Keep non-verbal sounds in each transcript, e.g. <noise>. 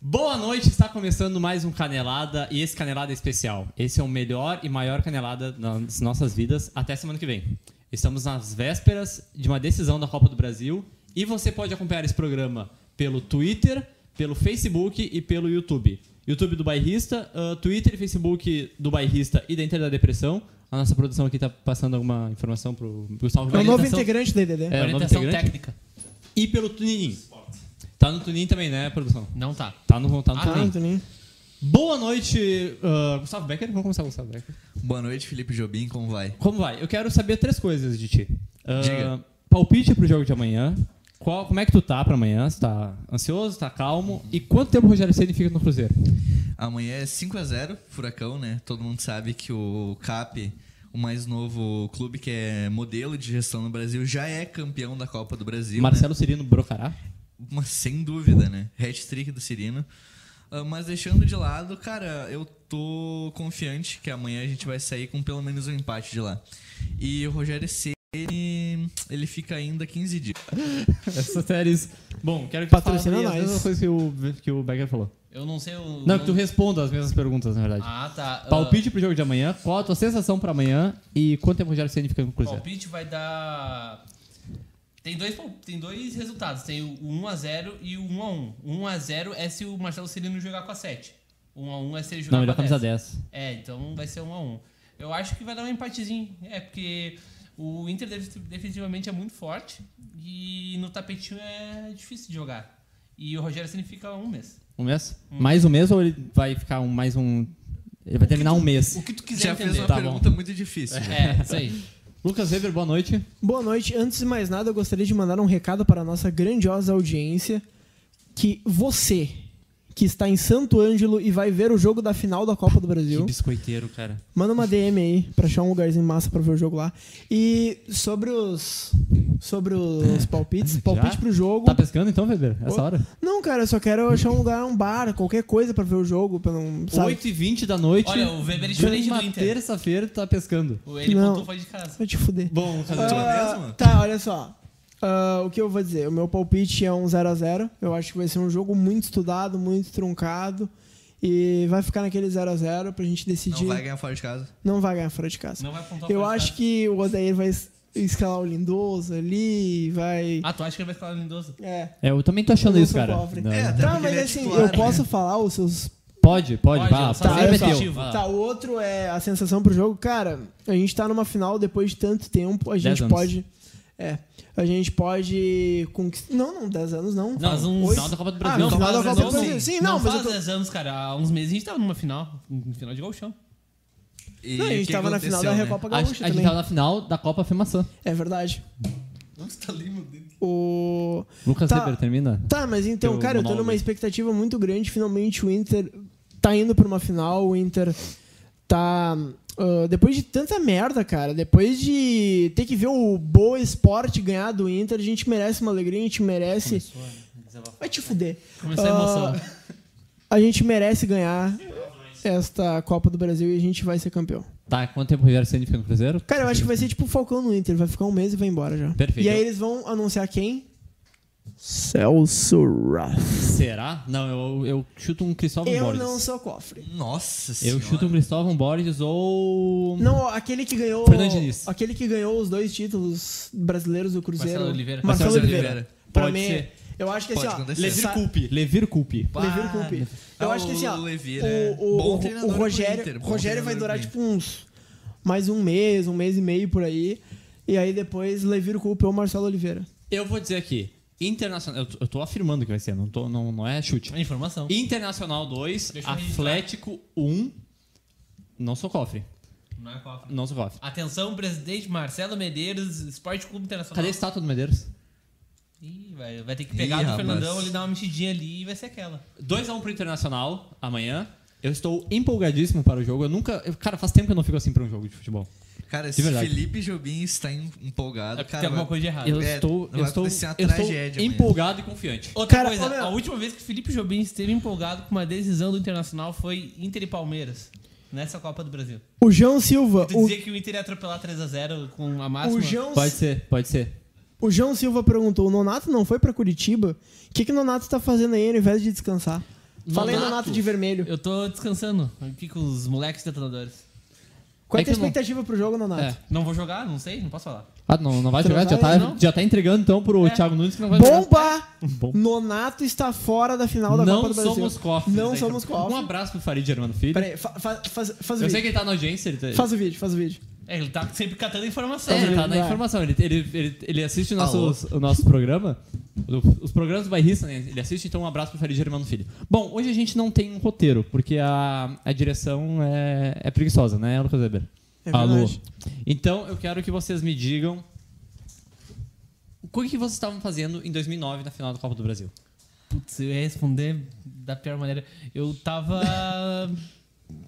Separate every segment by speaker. Speaker 1: Boa noite, está começando mais um Canelada e esse Canelada é especial. Esse é o melhor e maior Canelada nas nossas vidas até semana que vem. Estamos nas vésperas de uma decisão da Copa do Brasil e você pode acompanhar esse programa pelo Twitter, pelo Facebook e pelo YouTube. YouTube do Bairrista, ah, Twitter e Facebook do Bairrista e da Inter da Depressão. A nossa produção aqui está passando alguma informação para o Gustavo.
Speaker 2: É o novo
Speaker 1: Orientação-
Speaker 2: integrante do DDD.
Speaker 1: É, o novo
Speaker 3: Orientação
Speaker 1: integrante.
Speaker 3: técnica.
Speaker 1: E pelo Tunin. Tá no Tunin também, né, produção?
Speaker 3: Não tá.
Speaker 1: Tá no, tá no
Speaker 3: Ah,
Speaker 1: Tunin.
Speaker 2: Tanto, né?
Speaker 1: Boa noite, ah, Gustavo Becker. Vamos começar, Gustavo Becker.
Speaker 4: Boa noite, Felipe Jobim, como vai?
Speaker 1: Como vai? Eu quero saber três coisas de ti. Ah,
Speaker 4: Diga.
Speaker 1: Palpite pro jogo de amanhã. Qual, como é que tu tá pra amanhã? Você tá ansioso? Tá calmo? E quanto tempo o Rogério Ceni fica no Cruzeiro?
Speaker 4: Amanhã é 5x0, Furacão, né? Todo mundo sabe que o CAP, o mais novo clube que é modelo de gestão no Brasil, já é campeão da Copa do Brasil.
Speaker 1: Marcelo Cirino
Speaker 2: <laughs>
Speaker 1: Brocará?
Speaker 4: Né? Mas sem dúvida, né? Hat-trick do Cirino. Ah, mas deixando de lado, cara, eu tô confiante que amanhã a gente vai sair com pelo menos um empate de lá. E o Rogério C. Ele, ele fica ainda 15 dias.
Speaker 1: Essas séries. Bom, quero que
Speaker 2: é Patrocina
Speaker 1: tu fale
Speaker 2: nós.
Speaker 1: as mesmas coisas que o, que o Becker falou.
Speaker 3: Eu não sei o.
Speaker 1: Não, que tu responda as mesmas perguntas, na verdade.
Speaker 3: Ah, tá. Ah,
Speaker 1: Palpite pro jogo de amanhã, qual a tua sensação pra amanhã e quanto tempo o Rogério Ceni fica no Cruzeiro?
Speaker 3: palpite vai dar. Tem dois, pal- tem dois resultados. Tem o 1x0 e o 1x1. O 1x0 é se o Marcelo Cirino jogar com a 7. O 1x1 é se ele jogar
Speaker 1: Não,
Speaker 3: com
Speaker 1: ele é camisa
Speaker 3: a 10.
Speaker 1: 10.
Speaker 3: É, então vai ser 1 a 1 Eu acho que vai dar um empatezinho. É, porque o Inter def- definitivamente é muito forte e no tapetinho é difícil de jogar. E o Rogério significa um mês.
Speaker 1: Um mês? Mais um mês ou ele vai ficar um, mais um. Ele vai terminar um mês?
Speaker 3: O que tu quiser
Speaker 4: Já fez
Speaker 3: entender.
Speaker 4: uma
Speaker 1: Tá bom.
Speaker 4: pergunta muito difícil. né?
Speaker 3: É, isso aí.
Speaker 1: Lucas Weber, boa noite.
Speaker 2: Boa noite. Antes de mais nada, eu gostaria de mandar um recado para a nossa grandiosa audiência que você que está em Santo Ângelo e vai ver o jogo da final da Copa do Brasil,
Speaker 1: biscoiteiro, cara.
Speaker 2: manda uma DM aí pra achar um lugarzinho massa pra ver o jogo lá. E sobre os sobre os palpites, palpite pro jogo.
Speaker 1: Tá pescando então, Weber? Essa
Speaker 2: Ô,
Speaker 1: hora?
Speaker 2: Não, cara, eu só quero achar um lugar, um bar, qualquer coisa pra ver o jogo, para não, sabe?
Speaker 1: 8h20 da noite.
Speaker 3: Olha, o Weber é diferente do
Speaker 1: uma
Speaker 3: Inter.
Speaker 1: terça-feira tu tá pescando.
Speaker 3: O- Ele
Speaker 2: Não.
Speaker 3: pontou fora de casa.
Speaker 2: Vai te fuder.
Speaker 1: Bom, Lucas
Speaker 4: Tu é
Speaker 1: Weber.
Speaker 2: Ah,
Speaker 4: mesmo?
Speaker 2: Tá, olha só. Ah, o que eu vou dizer? O meu palpite é um 0x0. Eu acho que vai ser um jogo muito estudado, muito truncado. E vai ficar naquele 0x0 pra gente decidir.
Speaker 4: Não vai ganhar fora de casa.
Speaker 2: Não vai ganhar fora de casa.
Speaker 3: Não vai pontuar
Speaker 2: eu
Speaker 3: fora de
Speaker 2: acho
Speaker 3: casa.
Speaker 2: que o Odair vai es- escalar o Lindoso ali, vai.
Speaker 3: Ah, tu acha que ele vai falar Lindoso?
Speaker 2: É.
Speaker 1: É, eu também tô achando
Speaker 2: Eu não
Speaker 1: isso,
Speaker 2: sou
Speaker 1: cara.
Speaker 2: pobre.
Speaker 1: Não,
Speaker 4: É,
Speaker 1: não.
Speaker 4: até
Speaker 2: Tá,
Speaker 4: porque
Speaker 2: mas
Speaker 4: ele é
Speaker 2: assim,
Speaker 4: titular,
Speaker 2: eu
Speaker 4: né?
Speaker 2: posso falar os seus.
Speaker 1: Pode, pode,
Speaker 3: Pode,
Speaker 1: vá.
Speaker 3: eu só
Speaker 1: Tá,
Speaker 3: sei
Speaker 1: você meteu.
Speaker 3: positivo.
Speaker 1: Vai lá.
Speaker 2: Tá, o outro é a sensação pro jogo. Cara, a gente tá numa final depois de tanto tempo. A gente
Speaker 1: anos.
Speaker 2: pode. É. A gente pode conquistar. Não, não, 10 anos não.
Speaker 3: Não,
Speaker 2: Faz
Speaker 3: um
Speaker 2: oito.
Speaker 3: final da Copa do
Speaker 2: Ah,
Speaker 3: Brasil.
Speaker 2: no
Speaker 3: Não,
Speaker 2: final da
Speaker 3: faz
Speaker 2: Copa do
Speaker 3: anos,
Speaker 2: Brasil. Sim, não, mas eu
Speaker 3: faz
Speaker 2: tô...
Speaker 3: 10 anos, cara. Há uns meses a gente tava numa final. um Final de Golchão.
Speaker 4: E
Speaker 2: Não, a
Speaker 4: o
Speaker 2: gente
Speaker 4: que
Speaker 2: tava na final da
Speaker 4: aconteceu, né?
Speaker 2: Recopa
Speaker 1: A, a
Speaker 2: Gaúcha
Speaker 1: gente
Speaker 2: também.
Speaker 1: tava na final da Copa Femaçã.
Speaker 2: É verdade.
Speaker 3: Nossa, tá ali, meu Deus.
Speaker 2: O...
Speaker 1: Lucas
Speaker 2: Tá.
Speaker 1: Weber, termina.
Speaker 2: Tá, mas então,
Speaker 1: Teu
Speaker 2: cara, eu tô
Speaker 1: monólogo
Speaker 2: numa
Speaker 1: aí.
Speaker 2: expectativa muito grande. Finalmente o Inter tá indo pra uma final. O Inter tá. ah, depois de tanta merda, cara, depois de ter que ver o Boa Esporte ganhar do Inter, a gente merece uma alegria, a gente merece. Vai te fuder.
Speaker 3: Começou a
Speaker 2: Ah,
Speaker 3: emoção.
Speaker 2: A gente merece ganhar esta Copa do Brasil e a gente vai ser campeão.
Speaker 1: Tá, quanto tempo o Rogério Ceni fica no Cruzeiro?
Speaker 2: Cara, eu acho que vai ser tipo o Falcão no Inter, vai ficar um mês e vai embora já.
Speaker 1: Perfeito.
Speaker 2: E aí eles vão anunciar quem? Celso Ruff.
Speaker 1: Será? Não, eu, eu chuto um Cristóvão
Speaker 2: Eu
Speaker 1: Borges.
Speaker 2: não sou cofre.
Speaker 4: Nossa
Speaker 1: Eu
Speaker 4: senhora.
Speaker 1: chuto um Cristóvão Borges ou.
Speaker 2: Não, aquele que ganhou.
Speaker 1: Fernando Diniz.
Speaker 2: Aquele que ganhou os dois títulos brasileiros do Cruzeiro.
Speaker 3: Marcelo Oliveira.
Speaker 2: Marcelo,
Speaker 4: Marcelo
Speaker 2: Oliveira.
Speaker 4: Oliveira.
Speaker 2: Pra
Speaker 1: Pode
Speaker 2: mim,
Speaker 1: ser.
Speaker 2: eu acho que assim,
Speaker 4: Pode
Speaker 2: ó.
Speaker 4: acontecer.
Speaker 2: sa-
Speaker 1: Culpe. Levir Culpe.
Speaker 4: Pá.
Speaker 2: Levir Coupe. Eu
Speaker 4: Ah,
Speaker 2: acho que assim, ó.
Speaker 4: o Levir é
Speaker 2: o,
Speaker 4: bom
Speaker 2: o,
Speaker 4: treinador
Speaker 2: o
Speaker 4: pro
Speaker 2: Rogério,
Speaker 4: Inter, bom
Speaker 2: Rogério
Speaker 4: treinador
Speaker 2: vai
Speaker 4: pro
Speaker 2: durar
Speaker 4: Inter.
Speaker 2: tipo uns mais um mês, um mês e meio por aí. E aí depois Levir Coupe ou Marcelo Oliveira.
Speaker 1: Eu vou dizer aqui: Internacional. Eu, tô- eu tô afirmando que vai ser, não, tô, não, não é chute.
Speaker 3: É Informação.
Speaker 1: Internacional 2,
Speaker 3: Deixa eu registrar.
Speaker 1: Atlético 1. Não sou cofre.
Speaker 3: Não é cofre.
Speaker 1: Não sou cofre.
Speaker 3: Atenção, presidente Marcelo Medeiros, Esporte Clube Internacional.
Speaker 1: Cadê a estátua do Medeiros?
Speaker 3: Ih, vai, vai ter que pegar
Speaker 4: Ih,
Speaker 3: do
Speaker 4: rapaz.
Speaker 3: Fernandão, ele dá uma mexidinha ali e vai ser aquela.
Speaker 1: 2x1 pro Internacional amanhã. Eu estou empolgadíssimo para o jogo. Eu nunca. eu- cara, faz tempo que eu não fico assim pra um jogo de futebol.
Speaker 4: Ah, Cara,
Speaker 1: De
Speaker 4: esse
Speaker 1: verdade.
Speaker 4: Felipe Jobim está em- empolgado.
Speaker 3: É porque
Speaker 4: cara,
Speaker 3: tem alguma
Speaker 4: vai-
Speaker 3: coisa de errado.
Speaker 1: Eu
Speaker 4: É,
Speaker 1: estou.
Speaker 4: vai
Speaker 1: Eu estou,
Speaker 4: acontecer uma
Speaker 1: eu estou
Speaker 4: tragédia amanhã.
Speaker 1: empolgado e confiante.
Speaker 3: Outra
Speaker 2: Cara,
Speaker 3: coisa,
Speaker 2: olha-
Speaker 3: a última vez que o Felipe Jobim esteve empolgado com uma decisão do Internacional foi Inter e Palmeiras. Nessa Copa do Brasil.
Speaker 2: O João Silva,
Speaker 3: Tu
Speaker 2: o,
Speaker 3: dizia que é o Inter ia atropelar 3x0 com a máxima.
Speaker 2: o, João,
Speaker 1: Pode ser, pode ser.
Speaker 2: o João Silva perguntou: o Nonato não foi pra Curitiba? O que, que o Nonato tá fazendo aí ao invés de descansar? Fala aí, Nonato
Speaker 3: Nonato
Speaker 2: de vermelho.
Speaker 3: Eu tô descansando aqui com os moleques detonadores.
Speaker 2: Qual é
Speaker 1: É
Speaker 2: a tua
Speaker 1: que eu não-
Speaker 2: expectativa pro jogo, Nonato?
Speaker 1: É.
Speaker 3: Não vou jogar, não sei, não posso falar.
Speaker 1: Ah, não, não vai
Speaker 2: Tu não
Speaker 1: jogar? Já
Speaker 2: vai,
Speaker 1: tá,
Speaker 2: não?
Speaker 1: já tá entregando então pro
Speaker 3: É.
Speaker 1: Thiago Nunes que não vai jogar.
Speaker 2: Bomba!
Speaker 1: Bom.
Speaker 2: Nonato está fora da final da Copa
Speaker 1: Não
Speaker 2: do Brasil.
Speaker 1: somos cofres.
Speaker 2: Não
Speaker 1: né?
Speaker 2: somos
Speaker 1: Um
Speaker 2: cofres.
Speaker 1: abraço pro Farid Germano Filho.
Speaker 2: Peraí, fa- fa- faz, faz o
Speaker 1: Eu
Speaker 2: vídeo.
Speaker 1: sei que ele tá na audiência. Ele tá,
Speaker 2: Faz o vídeo, faz o vídeo.
Speaker 3: É, ele tá sempre catando informação.
Speaker 1: É, ele tá
Speaker 2: vai.
Speaker 1: na informação. Ele, ele, ele, ele assiste o
Speaker 4: Alô?
Speaker 1: nosso, o nosso programa, o- os programas do Bairrista, né? Ele assiste, então um abraço pro Farid Germano Filho. Bom, hoje a gente não tem um roteiro, porque a, a direção é, é preguiçosa, né, Lucas Weber?
Speaker 2: É
Speaker 1: Alô.
Speaker 2: verdade.
Speaker 1: Então, eu quero que vocês me digam o que que vocês estavam fazendo em 2009 na final da Copa do Brasil.
Speaker 3: Putz, eu ia responder da pior maneira. Eu tava
Speaker 1: <laughs>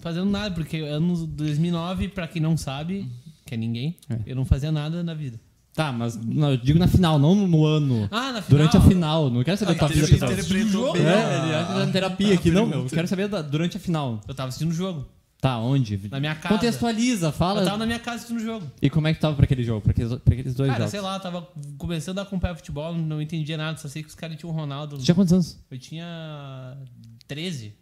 Speaker 3: fazendo nada, porque anos 2009, pra quem não sabe, que é ninguém,
Speaker 1: É.
Speaker 3: eu não fazia nada na vida.
Speaker 1: Tá, mas não, eu digo na final, não no ano.
Speaker 3: Ah, na final.
Speaker 1: Durante a final, não quero saber
Speaker 3: Ah,
Speaker 1: da tua vida pessoal.
Speaker 4: Ah, interpretou
Speaker 1: É,
Speaker 4: bem.
Speaker 1: ele
Speaker 4: a-
Speaker 1: tá na terapia aqui, não, meu. Eu quero saber da- durante a final.
Speaker 3: Eu tava assistindo o jogo.
Speaker 1: Tá, onde?
Speaker 3: Na minha casa.
Speaker 1: Contextualiza, fala.
Speaker 3: Eu tava na minha casa assistindo o jogo.
Speaker 1: E como é que tava pra aquele jogo? Pra aqueles, pra aqueles dois
Speaker 3: Cara,
Speaker 1: jogos?
Speaker 3: sei lá, eu tava começando a acompanhar futebol, não entendia nada, só sei que os caras tinham o Ronaldo.
Speaker 1: Tu tinha quantos anos?
Speaker 3: Eu tinha 13.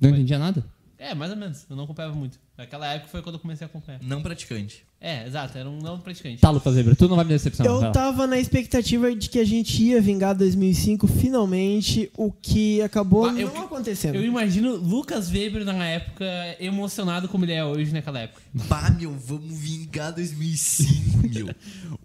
Speaker 1: Não entendia nada?
Speaker 3: É, mais ou menos. Eu não acompanhava muito. Naquela época foi quando eu comecei a acompanhar.
Speaker 4: Não praticante.
Speaker 3: É, exato. Era um não praticante.
Speaker 1: Tá, Lucas Weber, tu não vai me decepcionar. vai
Speaker 2: Eu
Speaker 1: lá.
Speaker 2: tava na expectativa de que a gente ia vingar 2005 finalmente, o que acabou
Speaker 3: Bah, eu-
Speaker 2: não acontecendo.
Speaker 3: Eu imagino Lucas Weber na época emocionado como ele é hoje naquela época.
Speaker 4: Bah, meu, vamos vingar 2005, meu.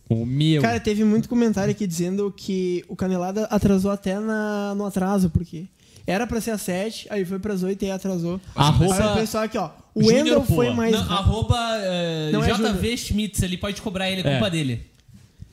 Speaker 1: O meu.
Speaker 2: Cara, teve muito comentário aqui dizendo que o Canelada atrasou até na- no atraso, porque era pra ser às 7, aí foi pras 8 e aí atrasou. Aí o
Speaker 1: arroba.
Speaker 2: pessoal aqui, ó. O
Speaker 1: Júnior
Speaker 2: Wendel
Speaker 1: Pua.
Speaker 2: foi mais.
Speaker 3: Não,
Speaker 2: rápido.
Speaker 3: arroba eh,
Speaker 2: Não é
Speaker 3: JV Schmitz, ele pode cobrar ele, é
Speaker 1: É.
Speaker 3: culpa dele.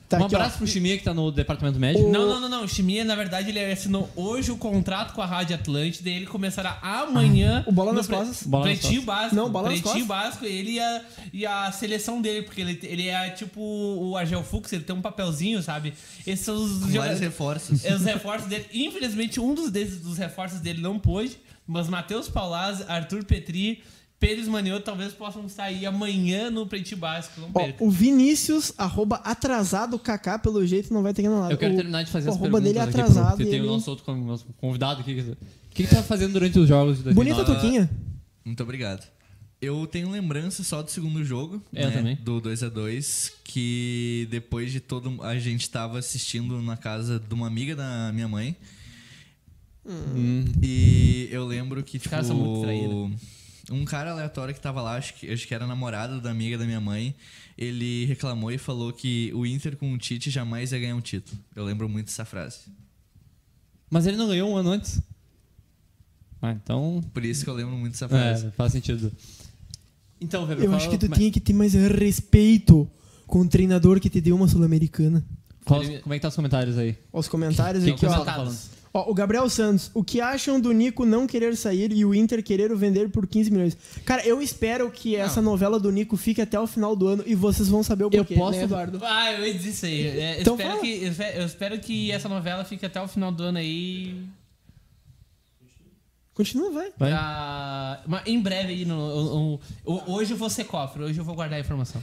Speaker 2: Tá
Speaker 1: um
Speaker 2: aqui, ó.
Speaker 1: abraço pro Chimia que tá no departamento médico.
Speaker 2: O-
Speaker 3: Não, não, não, não. O Schmier, na verdade, ele assinou hoje o contrato com a Rádio Atlântida e ele começará amanhã.
Speaker 2: Ah, O Bola
Speaker 3: no
Speaker 2: nas Costas.
Speaker 1: Bola nas
Speaker 3: pretinho básico.
Speaker 2: Não, Bola nas
Speaker 3: Pretinho básico, ele e a, e a seleção dele, porque ele, ele é tipo o Argel Fux, ele tem um papelzinho, sabe? Esses são os
Speaker 4: Com vários
Speaker 3: jogadores.
Speaker 4: reforços.
Speaker 3: É, os reforços dele. Infelizmente, um dos, des- dos reforços dele não pôde, mas Matheus Paulaz, Arthur Petri, Pedro Manioto talvez possam sair amanhã no Pretinho Básico. Não perca.
Speaker 2: Ó, o Vinícius, arroba atrasado KK, pelo jeito não vai ter canelada.
Speaker 1: Eu quero
Speaker 2: O-
Speaker 1: terminar de fazer
Speaker 2: o
Speaker 1: as
Speaker 2: arroba
Speaker 1: perguntas
Speaker 2: dele é
Speaker 1: aqui pro-
Speaker 2: atrasado
Speaker 1: porque
Speaker 2: e
Speaker 1: tem
Speaker 2: ele-
Speaker 1: o nosso outro con- nosso convidado aqui. que- O que que tava fazendo durante os jogos de 2009?
Speaker 2: Bonita toquinha.
Speaker 4: Muito obrigado. Eu tenho lembrança só do segundo jogo.
Speaker 3: É, Eu
Speaker 4: né,
Speaker 3: também.
Speaker 4: Do 2 a 2 que depois de todo. A gente tava assistindo na casa de uma amiga da minha mãe.
Speaker 1: Hum.
Speaker 4: E eu lembro que, tipo.
Speaker 3: caras são muito traíra.
Speaker 4: um cara aleatório que tava lá, acho que, acho que era namorado da amiga da minha mãe, ele reclamou e falou que o Inter com o Tite jamais ia ganhar um título. Eu lembro muito dessa frase.
Speaker 1: Mas ele não ganhou um ano antes. Ah, então.
Speaker 4: Por isso que eu lembro muito dessa frase.
Speaker 1: É, faz sentido. Então, Weber,
Speaker 2: Eu
Speaker 1: qual-
Speaker 2: acho que tu
Speaker 1: como é-
Speaker 2: tinha que ter mais respeito com o treinador que te deu uma Sul-Americana.
Speaker 1: qual- como é que tá os comentários aí?
Speaker 2: Ó, Os comentários
Speaker 1: Quem
Speaker 2: aqui,
Speaker 1: começa
Speaker 2: ó.
Speaker 1: tá falando?
Speaker 3: Comentados.
Speaker 2: Ó, O Gabriel Santos, o que acham do Nico não querer sair e o Inter querer o vender por 15 milhões? Cara, eu espero que essa novela do Nico fique até o final do ano e vocês vão saber o
Speaker 1: Eu
Speaker 2: porquê,
Speaker 1: posso-
Speaker 2: né, Eduardo?
Speaker 3: Ah, eu ia dizer isso aí. É,
Speaker 2: Então
Speaker 3: espero
Speaker 2: fala.
Speaker 3: que, eu espe- eu espero que essa novela fique até o final do ano aí.
Speaker 2: Continua, vai.
Speaker 1: Vai.
Speaker 3: pra- mas em breve aí. No, no- no- hoje eu vou ser cofre, hoje eu vou guardar a informação.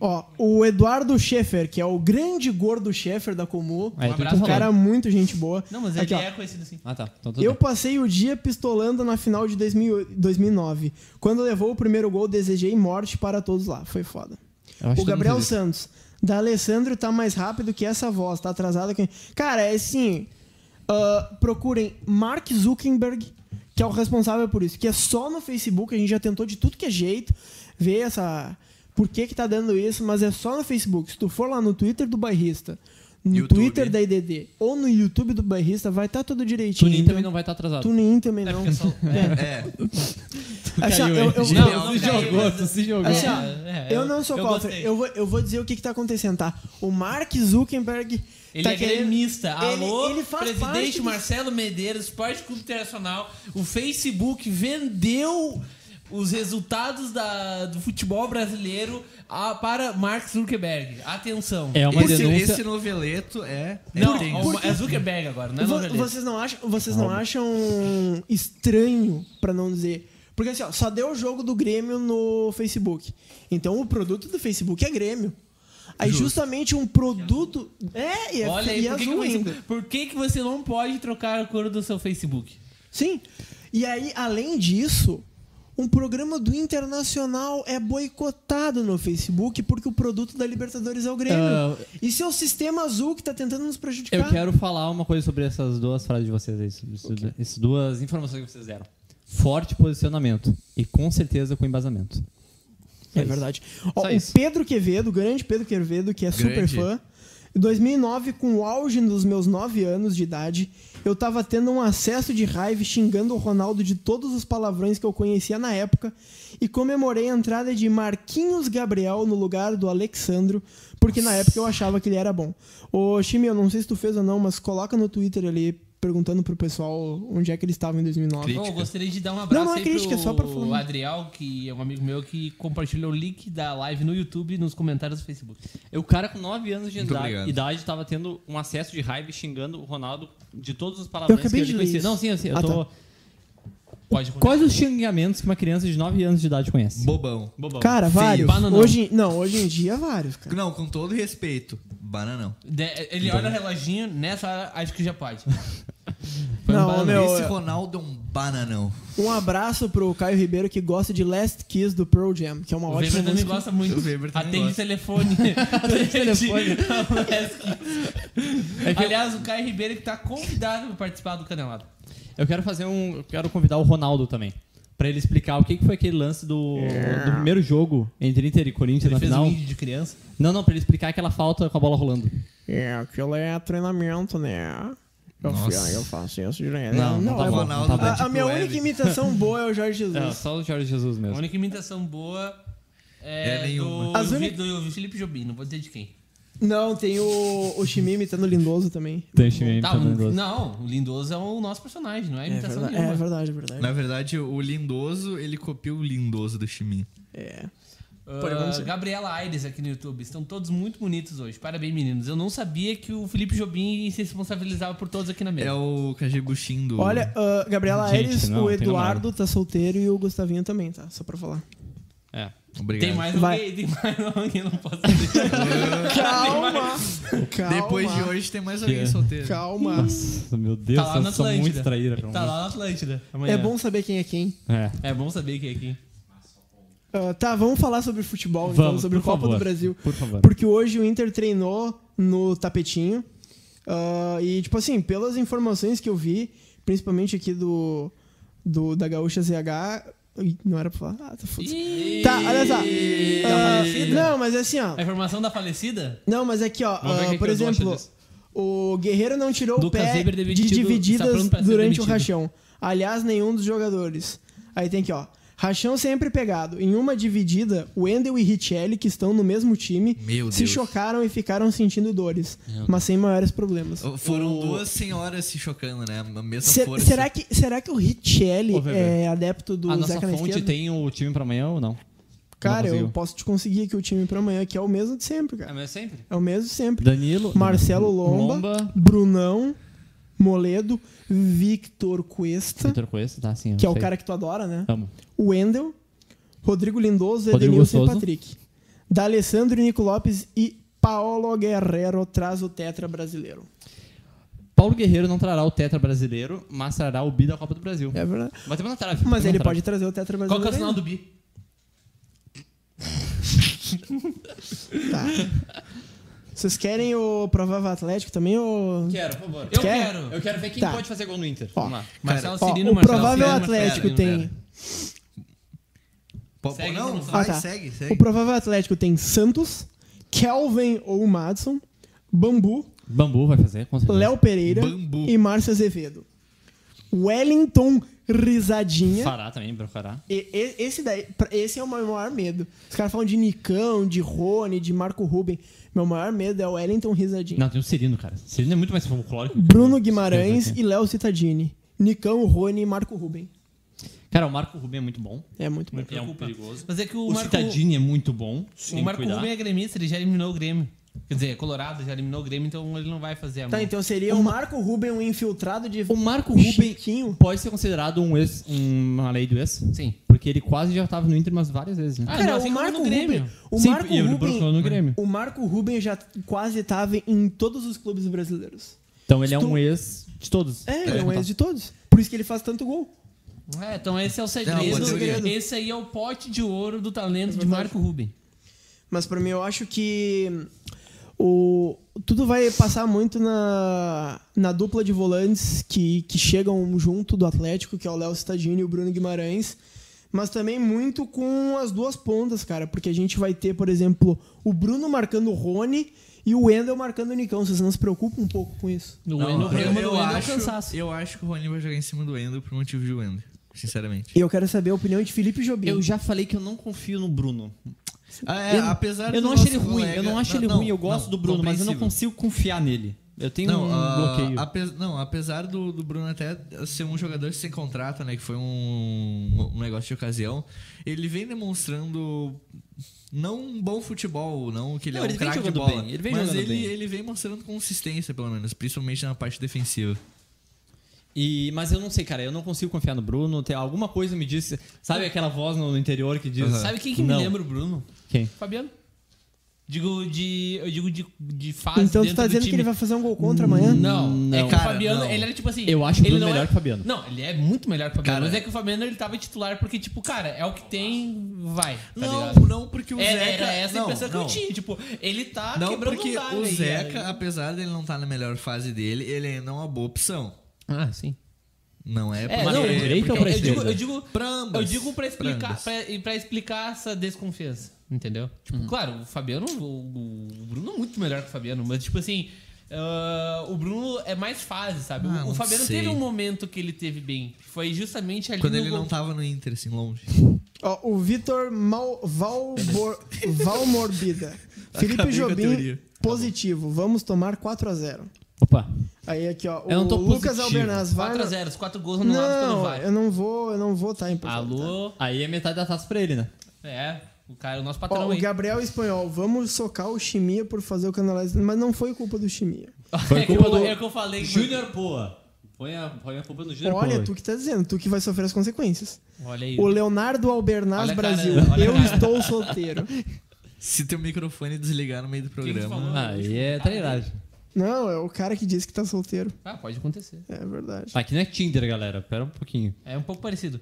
Speaker 2: Ó, o Eduardo Schaefer, que é o grande gordo Schaefer da
Speaker 1: Aí, tu
Speaker 2: Comu.
Speaker 1: que tá
Speaker 3: abraço,
Speaker 1: falando.
Speaker 2: Cara, muito gente boa.
Speaker 3: Não, mas ele
Speaker 2: Aqui, ó.
Speaker 3: é conhecido assim.
Speaker 1: Ah, tá. Então, tudo
Speaker 2: Eu
Speaker 1: bem.
Speaker 2: passei o dia pistolando na final de 2008 2009. Quando levou o primeiro gol, desejei morte para todos lá. Foi foda.
Speaker 1: Eu acho
Speaker 2: o
Speaker 1: que todo mundo
Speaker 2: Gabriel
Speaker 1: fez isso.
Speaker 2: Santos. Da Alessandro tá mais rápido que essa voz. Tá atrasado. Que... Cara, é assim... ah, procurem Mark Zuckerberg, que é o responsável por isso. Que é só no Facebook. A gente já tentou de tudo que é jeito ver essa... Por que que tá dando isso, mas é só no Facebook. Se tu for lá no Twitter do Bairrista, no
Speaker 4: YouTube.
Speaker 2: Twitter da IDD ou no YouTube do Bairrista, vai estar tudo direitinho.
Speaker 1: Tunin
Speaker 2: Então-
Speaker 1: também não vai estar atrasado.
Speaker 2: Tunin também
Speaker 3: É
Speaker 2: não.
Speaker 3: porque só.
Speaker 2: <laughs>
Speaker 3: É,
Speaker 4: É,
Speaker 2: Assim, ó,
Speaker 1: Caiu,
Speaker 2: eu,
Speaker 1: hein?
Speaker 2: eu-
Speaker 1: Genial,
Speaker 3: não,
Speaker 1: tu se
Speaker 3: caiu,
Speaker 1: jogou,
Speaker 3: mas-
Speaker 1: tu se jogou.
Speaker 2: assim, ó,
Speaker 3: É, é,
Speaker 2: eu não sou
Speaker 3: eu
Speaker 2: contra.
Speaker 3: gostei.
Speaker 2: Eu vou, eu vou dizer o que, que tá acontecendo, tá? O Mark Zuckerberg
Speaker 3: Ele
Speaker 2: tá
Speaker 3: é
Speaker 2: querendo.
Speaker 3: gremista.
Speaker 2: Ele-
Speaker 3: Alô,
Speaker 2: ele faz parte
Speaker 3: presidente
Speaker 2: do-
Speaker 3: Marcelo Medeiros, Esporte Clube Internacional. O Facebook vendeu os resultados da- do futebol brasileiro a- para Mark Zuckerberg. Atenção.
Speaker 1: É uma
Speaker 4: esse,
Speaker 1: denúncia.
Speaker 4: esse noveleto é.
Speaker 3: Não,
Speaker 4: é tenso.
Speaker 3: o- é Zuckerberg agora, não é
Speaker 2: Vo-
Speaker 3: Zuckerberg.
Speaker 2: vocês não acham, vocês não acham estranho, pra não dizer. Porque assim, ó, só deu o jogo do Grêmio no Facebook. Então o produto do Facebook é Grêmio. Aí justamente um produto. É, e é,
Speaker 3: Olha
Speaker 2: e
Speaker 3: aí,
Speaker 2: é
Speaker 3: por que, que
Speaker 2: azul
Speaker 3: você,
Speaker 2: ainda.
Speaker 3: por que que você não pode trocar a cor do seu Facebook?
Speaker 2: Sim. E aí, além disso, um programa do Internacional é boicotado no Facebook porque o produto da Libertadores é o Grêmio.
Speaker 1: Ah,
Speaker 2: Isso é o sistema azul que tá tentando nos prejudicar.
Speaker 1: Eu quero falar uma coisa sobre essas duas frases de vocês aí, sobre isso- essas duas informações que vocês deram. Forte posicionamento e com certeza com embasamento.
Speaker 2: É verdade. Ó,
Speaker 1: Só
Speaker 2: o
Speaker 1: isso.
Speaker 2: Pedro Quevedo, o grande Pedro Quevedo, que é super
Speaker 4: Grande.
Speaker 2: fã. Em 2009, com o auge dos meus 9 anos de idade, eu tava tendo um acesso de raiva e xingando o Ronaldo de todos os palavrões que eu conhecia na época e comemorei a entrada de Marquinhos Gabriel no lugar do Alexandro, porque na época eu achava que ele era bom. Ô, Chime, eu não sei se tu fez ou não, mas coloca no Twitter ali perguntando pro pessoal onde é que eles estavam em 2009.
Speaker 4: Cri-
Speaker 3: Ô,
Speaker 4: Crítica.
Speaker 3: gostaria de dar um abraço
Speaker 2: Não, não é
Speaker 3: aí
Speaker 2: crítica,
Speaker 3: pro
Speaker 2: é só pra falar.
Speaker 3: Adriel, que é um amigo meu que compartilhou o link da live no YouTube e nos comentários do Facebook.
Speaker 1: É, O cara com 9 anos de
Speaker 4: Muito
Speaker 1: idade,
Speaker 4: obrigado.
Speaker 1: idade tava tendo um acesso de raiva e xingando o Ronaldo de todos os palavrões
Speaker 2: Eu acabei
Speaker 1: que ele
Speaker 2: de ler
Speaker 1: conhecia.
Speaker 2: isso.
Speaker 1: Não, sim, assim, eu
Speaker 2: Ah,
Speaker 1: tô...
Speaker 3: Pode continuar.
Speaker 1: Quais os xingamentos que uma criança de 9 anos de idade conhece?
Speaker 4: Bobão.
Speaker 1: Bobão.
Speaker 2: Cara,
Speaker 4: Feio.
Speaker 2: vários.
Speaker 3: Bananão.
Speaker 2: Hoje, não, hoje em dia, vários, cara.
Speaker 4: Não, com todo respeito. Bananão.
Speaker 3: De- ele
Speaker 4: Então,
Speaker 3: olha o
Speaker 4: né?
Speaker 3: reloginho, nessa hora acho que já pode.
Speaker 4: Foi um
Speaker 2: Não,
Speaker 4: bananão.
Speaker 2: meu,
Speaker 4: Esse
Speaker 2: eu-
Speaker 4: Ronaldo é um bananão.
Speaker 2: Um abraço pro Caio Ribeiro que gosta de Last Kiss do Pearl Jam, que é uma
Speaker 3: O
Speaker 2: ótima
Speaker 3: Weber também
Speaker 2: música.
Speaker 3: gosta muito.
Speaker 4: O Weber também
Speaker 3: Atende o
Speaker 4: gosta. <laughs>
Speaker 3: telefone. Atende o telefone.
Speaker 1: é
Speaker 4: É
Speaker 3: Aliás, o Caio Ribeiro que tá convidado pra participar do Canelado.
Speaker 1: Eu quero fazer um. Eu quero convidar o Ronaldo também. Pra ele explicar o que, que foi aquele lance do,
Speaker 2: É.
Speaker 1: do primeiro jogo entre Inter e Corinthians
Speaker 4: tá
Speaker 3: Ele
Speaker 1: na
Speaker 3: fez
Speaker 1: final.
Speaker 3: um vídeo de criança.
Speaker 1: Não, não, pra ele explicar aquela falta com a bola rolando.
Speaker 2: É, aquilo é treinamento, né? Eu,
Speaker 4: Nossa.
Speaker 2: eu faço isso direto.
Speaker 1: Não, não tá
Speaker 2: é
Speaker 1: bom,
Speaker 2: bom.
Speaker 1: não tá bom.
Speaker 4: da
Speaker 2: A, a
Speaker 4: Deep
Speaker 2: minha
Speaker 4: Web.
Speaker 2: única imitação boa é o
Speaker 1: <laughs>
Speaker 2: Jorge
Speaker 1: É,
Speaker 2: Jesus.
Speaker 1: só o Jorge Jesus
Speaker 3: A
Speaker 1: mesmo.
Speaker 3: única imitação boa
Speaker 4: É
Speaker 3: é,
Speaker 4: nenhuma.
Speaker 3: do,
Speaker 2: As
Speaker 3: Vi-
Speaker 2: uni-
Speaker 3: do Felipe Jobim, não vou dizer de quem.
Speaker 2: Não, tem o, o Chimim imitando o Lindoso também.
Speaker 1: Deixa eu
Speaker 3: Tá,
Speaker 1: imitar o
Speaker 4: é
Speaker 3: o-
Speaker 1: Lindoso.
Speaker 3: não, o Lindoso é o nosso personagem, não é
Speaker 2: É
Speaker 3: imitação
Speaker 2: verdade, é
Speaker 3: nenhuma.
Speaker 2: verdade, é verdade.
Speaker 4: Na verdade, o Lindoso, ele copiou o Lindoso do Chimin.
Speaker 2: É.
Speaker 3: Ah,
Speaker 2: Pode acontecer.
Speaker 3: Gabriela Aires aqui no YouTube. Estão todos muito bonitos hoje. Parabéns, meninos. Eu não sabia que o Felipe Jobim se responsabilizava por todos aqui na
Speaker 4: É
Speaker 3: mesa.
Speaker 4: o Kajibushim do...
Speaker 2: Olha, ah, Gabriela
Speaker 1: Gente,
Speaker 2: Aires,
Speaker 1: não,
Speaker 2: o
Speaker 1: tem
Speaker 2: Eduardo
Speaker 1: namorado.
Speaker 2: tá solteiro e o Gustavinho também, tá? Só pra falar.
Speaker 1: É.
Speaker 4: Obrigado.
Speaker 3: Tem mais
Speaker 2: Vai.
Speaker 3: alguém, tem mais alguém, eu não posso dizer.
Speaker 2: Calma! calma!
Speaker 4: Depois de hoje tem mais alguém
Speaker 1: Que-
Speaker 4: solteiro.
Speaker 2: Calma!
Speaker 1: Nossa, meu Deus,
Speaker 3: Tá lá na
Speaker 1: eu sou muito
Speaker 3: Atlântida.
Speaker 1: traíra. cara.
Speaker 3: Tá lá na Atlântida. amanhã.
Speaker 2: É bom saber quem é quem.
Speaker 1: É.
Speaker 3: É bom saber quem é quem.
Speaker 2: Ah, tá, vamos falar sobre futebol, então,
Speaker 1: Vamos,
Speaker 2: sobre o
Speaker 1: por
Speaker 2: Copa
Speaker 1: favor.
Speaker 2: do Brasil.
Speaker 1: Por favor.
Speaker 2: Porque hoje o Inter treinou no tapetinho. Ah, e, tipo assim, pelas informações que eu vi, principalmente aqui do, do da Gaúcha ZH. Ih, não era pra falar. Ah, tá foda. Tá, olha só. Ah, não, mas é assim, ó.
Speaker 3: A informação da falecida?
Speaker 2: Não, mas aqui, ó.
Speaker 3: Vamos ver
Speaker 2: ah,
Speaker 3: o que
Speaker 2: por
Speaker 3: que eles acham
Speaker 2: exemplo,
Speaker 3: disso.
Speaker 2: o Guerreiro não tirou
Speaker 3: Lucas
Speaker 2: o pé
Speaker 3: Weber
Speaker 2: de
Speaker 3: demitido, está
Speaker 2: divididas
Speaker 3: pronto pra ser
Speaker 2: durante o
Speaker 3: demitido.
Speaker 2: rachão. Aliás, nenhum dos jogadores. Aí tem aqui, ó. Rachão sempre pegado. Em uma dividida, Wendel e Richelli, que estão no mesmo time,
Speaker 4: Meu
Speaker 2: se
Speaker 4: Deus.
Speaker 2: chocaram e ficaram sentindo dores, mas sem maiores problemas.
Speaker 4: Oh, Foram duas senhoras se chocando, né? A mesma
Speaker 2: Se-
Speaker 4: força.
Speaker 2: será, que, será que o Richelli
Speaker 1: Ô, Weber.
Speaker 2: é adepto do
Speaker 1: a nossa
Speaker 2: Zeca na
Speaker 1: fonte
Speaker 2: esquerda?
Speaker 1: tem o time pra amanhã ou não?
Speaker 2: Cara,
Speaker 1: Não
Speaker 2: eu
Speaker 1: consigo.
Speaker 2: posso te conseguir aqui o time pra amanhã, que é o mesmo de sempre, cara.
Speaker 3: mas sempre.
Speaker 2: É o mesmo de sempre.
Speaker 1: Danilo.
Speaker 2: Marcelo Lomba,
Speaker 1: Lomba.
Speaker 2: Brunão, Moledo, Victor Cuesta,
Speaker 1: Vitor Coelho, tá assim. eu
Speaker 2: que é o
Speaker 1: sei.
Speaker 2: cara que tu adora, né?
Speaker 1: Amo.
Speaker 2: Wendel, Rodrigo Lindoso,
Speaker 1: Rodrigo
Speaker 2: Edenilson e
Speaker 1: Souza.
Speaker 2: Patrick. D'Alessandro e Nico Lopes e Paolo Guerrero traz o tetra brasileiro.
Speaker 1: Paulo Guerreiro não trará o tetra brasileiro, mas trará o bi da Copa do Brasil.
Speaker 2: É verdade.
Speaker 1: Batemos tá na trave.
Speaker 2: Mas
Speaker 1: batemos
Speaker 2: ele
Speaker 1: na
Speaker 2: pode trazer o tetra
Speaker 3: Qual
Speaker 2: brasileiro.
Speaker 3: que é o sinal
Speaker 2: ainda.
Speaker 3: do
Speaker 2: <laughs>
Speaker 3: bi?
Speaker 2: Tá. Vocês querem o Provável Atlético também ou...
Speaker 1: trave. Quero, por favor.
Speaker 3: Eu
Speaker 2: Quer?
Speaker 3: quero.
Speaker 1: Eu quero ver quem
Speaker 2: Tá.
Speaker 1: pode fazer gol no Inter.
Speaker 2: Ó.
Speaker 1: Vamos lá.
Speaker 3: Marcelo
Speaker 2: Ó,
Speaker 3: Cirino,
Speaker 2: o
Speaker 3: um Marcelo
Speaker 2: Provável
Speaker 3: Cirino, Marcelo
Speaker 2: Atlético
Speaker 3: Cirino.
Speaker 2: tem...
Speaker 4: Po- po-
Speaker 3: Segue a
Speaker 4: não,
Speaker 3: informação.
Speaker 4: vai,
Speaker 2: Ah, tá.
Speaker 4: segue,
Speaker 2: O
Speaker 4: segue.
Speaker 2: Provável Atlético tem Santos, Kelvin ou Madison, Bambu,
Speaker 1: Bambu vai fazer, com certeza.
Speaker 2: Léo Pereira
Speaker 4: Bambu.
Speaker 2: e Márcio Azevedo. Wellington Risadinha.
Speaker 1: Fará também, Brocará.
Speaker 2: E- e- esse, daí, pra- esse é o meu maior medo. Os caras falam de Nicão, de Rony, de Marco Ruben. Meu maior medo é o Wellington Risadinha.
Speaker 1: Não, tem o Cirino, cara. Cirino é muito mais folclórico. que o-
Speaker 2: Bruno Guimarães
Speaker 1: Sim,
Speaker 2: e Léo Citadini. Nicão, Rony e Marco Ruben.
Speaker 1: Cara, o Marco Rubem é muito bom.
Speaker 2: É muito bom.
Speaker 1: É um
Speaker 3: preocupa.
Speaker 1: perigoso.
Speaker 3: Mas é que
Speaker 1: O,
Speaker 3: o,
Speaker 1: Marco...
Speaker 3: Marco,
Speaker 1: Citadini é muito bom.
Speaker 3: o
Speaker 1: tem que
Speaker 3: Marco
Speaker 1: cuidar.
Speaker 3: Rubem é gremista, ele já eliminou o Grêmio. Quer dizer, é Colorado já eliminou o Grêmio, então ele não vai fazer a mão.
Speaker 2: Tá, então seria o Marco Ruben um infiltrado de.
Speaker 1: O Marco Rubem
Speaker 2: Chiquinho.
Speaker 1: pode ser considerado um ex, uma lei do ex?
Speaker 3: Sim.
Speaker 1: Porque ele quase já tava no Inter umas várias vezes, né?
Speaker 3: Ah,
Speaker 2: Cara,
Speaker 3: não, assim
Speaker 2: o
Speaker 3: como
Speaker 2: Marco
Speaker 3: no Grêmio.
Speaker 2: Ruben. O
Speaker 1: Sim,
Speaker 2: Marco
Speaker 1: e ele
Speaker 2: Ruben.
Speaker 1: procurou no Grêmio.
Speaker 2: O Marco Ruben já quase tava em todos os clubes brasileiros.
Speaker 1: Então ele é
Speaker 2: Tu-
Speaker 1: um ex de todos.
Speaker 2: É,
Speaker 1: Pode
Speaker 2: ele é um
Speaker 1: contar.
Speaker 2: ex de todos. Por isso que ele faz tanto gol.
Speaker 3: É, então esse é o segredo.
Speaker 4: Não, pode
Speaker 2: ser.
Speaker 3: esse aí é o pote de ouro do talento de Marco Ruben.
Speaker 2: Mas pra mim eu acho que o tudo vai passar muito na, na dupla de volantes que, que chegam junto do Atlético, que é o Léo Cittadini e o Bruno Guimarães, mas também muito com as duas pontas, cara, porque a gente vai ter, por exemplo, o Bruno marcando o Rony e o Wendel marcando o Nicão. Vocês não se preocupam um pouco com isso?
Speaker 3: No
Speaker 4: Não,
Speaker 3: Wendel, o problema do
Speaker 4: eu, eu,
Speaker 3: Wendel é o
Speaker 4: acho,
Speaker 3: cansaço.
Speaker 4: eu acho que o Rony vai jogar em cima do Endo por motivo de Wendo, sinceramente.
Speaker 2: E eu quero saber a opinião de Felipe Jobim.
Speaker 5: Eu já falei que eu não confio no Bruno.
Speaker 4: Ah, é,
Speaker 5: eu-
Speaker 4: apesar
Speaker 5: Eu
Speaker 4: do
Speaker 5: não acho
Speaker 4: nosso
Speaker 5: ele ruim,
Speaker 4: colega-
Speaker 5: eu não acho ele ruim, eu gosto
Speaker 4: não,
Speaker 5: do Bruno, mas eu não
Speaker 4: compreensível.
Speaker 5: consigo confiar nele. Eu tenho um
Speaker 4: ah,
Speaker 5: bloqueio.
Speaker 4: ape- não, apesar do, do Bruno até ser um jogador sem contrato, né? Que foi um, um negócio de ocasião, ele vem demonstrando não um bom futebol, não que ele
Speaker 5: Não,
Speaker 4: é
Speaker 5: ele
Speaker 4: um
Speaker 5: vem
Speaker 4: craque de
Speaker 5: jogando
Speaker 4: bola.
Speaker 5: bem, ele vem
Speaker 4: mas
Speaker 5: jogando
Speaker 4: ele,
Speaker 5: bem.
Speaker 4: ele vem mostrando consistência, pelo menos, principalmente na parte defensiva. tá
Speaker 1: E, mas eu não sei, cara, eu não consigo confiar no Bruno. Tem alguma coisa me diz, sabe aquela voz no, no interior que diz,
Speaker 4: Aham.
Speaker 1: sabe
Speaker 3: Sabe quem que me
Speaker 1: Não.
Speaker 3: lembra o Bruno?
Speaker 1: quem?
Speaker 3: Fabiano? Digo de. Eu digo de, de fase.
Speaker 2: Então tu
Speaker 3: dentro
Speaker 2: tá
Speaker 3: do
Speaker 2: dizendo que
Speaker 3: time.
Speaker 2: ele vai fazer um gol contra amanhã?
Speaker 3: Não,
Speaker 1: Não.
Speaker 3: é que
Speaker 4: Cara,
Speaker 3: o Fabiano,
Speaker 4: não.
Speaker 3: ele era tipo assim.
Speaker 1: Eu acho o
Speaker 3: ele
Speaker 1: Bruno
Speaker 3: não
Speaker 1: melhor
Speaker 3: é-
Speaker 1: que o Fabiano.
Speaker 3: Não, ele é muito melhor que o Fabiano.
Speaker 4: Cara-
Speaker 3: mas é que o Fabiano ele tava titular porque, tipo, cara, é o que tem, vai. Tá
Speaker 4: não,
Speaker 3: ligado?
Speaker 4: não porque o
Speaker 3: É,
Speaker 4: Zeca.
Speaker 3: era essa a
Speaker 4: não,
Speaker 3: impressão que eu
Speaker 4: não.
Speaker 3: tinha. Tipo, ele tá
Speaker 4: Não,
Speaker 3: quebrando
Speaker 4: porque
Speaker 3: galho
Speaker 4: o
Speaker 3: aí, né?
Speaker 4: Zeca,
Speaker 3: cara.
Speaker 4: apesar dele não estar na melhor fase dele, ele ainda é uma boa opção.
Speaker 3: Ah, sim.
Speaker 4: Não é,
Speaker 3: É,
Speaker 1: Mas
Speaker 3: não,
Speaker 1: pra
Speaker 3: eu-
Speaker 1: direita ou pra
Speaker 3: eu digo,
Speaker 1: esquerda?
Speaker 3: eu digo
Speaker 4: Pra ambas.
Speaker 3: Eu digo pra explicar,
Speaker 4: ambas.
Speaker 3: pra, e pra explicar essa desconfiança, entendeu? Tipo, claro, o Fabiano, o, o Bruno é muito melhor que o Fabiano, mas tipo assim, ah, o Bruno é mais fase, sabe? O-
Speaker 4: Ah,
Speaker 3: o,
Speaker 4: não
Speaker 3: Fabiano
Speaker 4: sei.
Speaker 3: teve um momento que ele teve bem, que foi justamente ali
Speaker 4: Quando
Speaker 3: no
Speaker 4: ele
Speaker 3: gol.
Speaker 4: não tava no Inter, assim, longe.
Speaker 2: Ó, o Vitor Mal- Valbor-
Speaker 3: <laughs>
Speaker 2: Valmorbida. Felipe
Speaker 4: Acabei com a
Speaker 2: Jobim,
Speaker 4: teoria.
Speaker 3: Tá
Speaker 2: positivo. Vamos tomar 4x0.
Speaker 1: Opa.
Speaker 2: Aí aqui, ó.
Speaker 1: Eu
Speaker 2: o
Speaker 1: não tô
Speaker 2: Lucas
Speaker 1: positivo.
Speaker 2: Albernaz vai.
Speaker 3: 4x0, os 4 gols
Speaker 2: Não,
Speaker 3: anulados pelo VAR.
Speaker 2: eu não vou, eu não vou estar tá, em
Speaker 3: Alô?
Speaker 1: Aí é metade da taça pra ele, né?
Speaker 3: É, o cara, o nosso patrão
Speaker 2: Ó, o
Speaker 3: <laughs> aí.
Speaker 2: Gabriel Espanhol, vamos socar o Chimia por fazer o canalizado. Mas não foi culpa do Chimia.
Speaker 1: Foi
Speaker 3: é, que
Speaker 1: culpa
Speaker 3: eu,
Speaker 1: do-
Speaker 3: é que eu falei que...
Speaker 1: Júnior Poa. Põe a, põe a culpa no Júnior Poa.
Speaker 2: Olha, tu que tá dizendo, tu que vai sofrer as consequências.
Speaker 3: Olha aí.
Speaker 2: O Leonardo Albernaz
Speaker 3: Olha a cara,
Speaker 2: Brasil,
Speaker 3: olha a
Speaker 2: eu
Speaker 3: cara.
Speaker 2: estou
Speaker 3: <laughs>
Speaker 2: solteiro.
Speaker 4: Se teu microfone desligar no meio do programa.
Speaker 3: falou?
Speaker 1: Aí é trairagem.
Speaker 2: Não, é o cara que diz que tá solteiro.
Speaker 3: Ah, pode acontecer.
Speaker 2: É verdade.
Speaker 1: Aqui não é Tinder, galera. Pera um pouquinho.
Speaker 3: É um pouco parecido.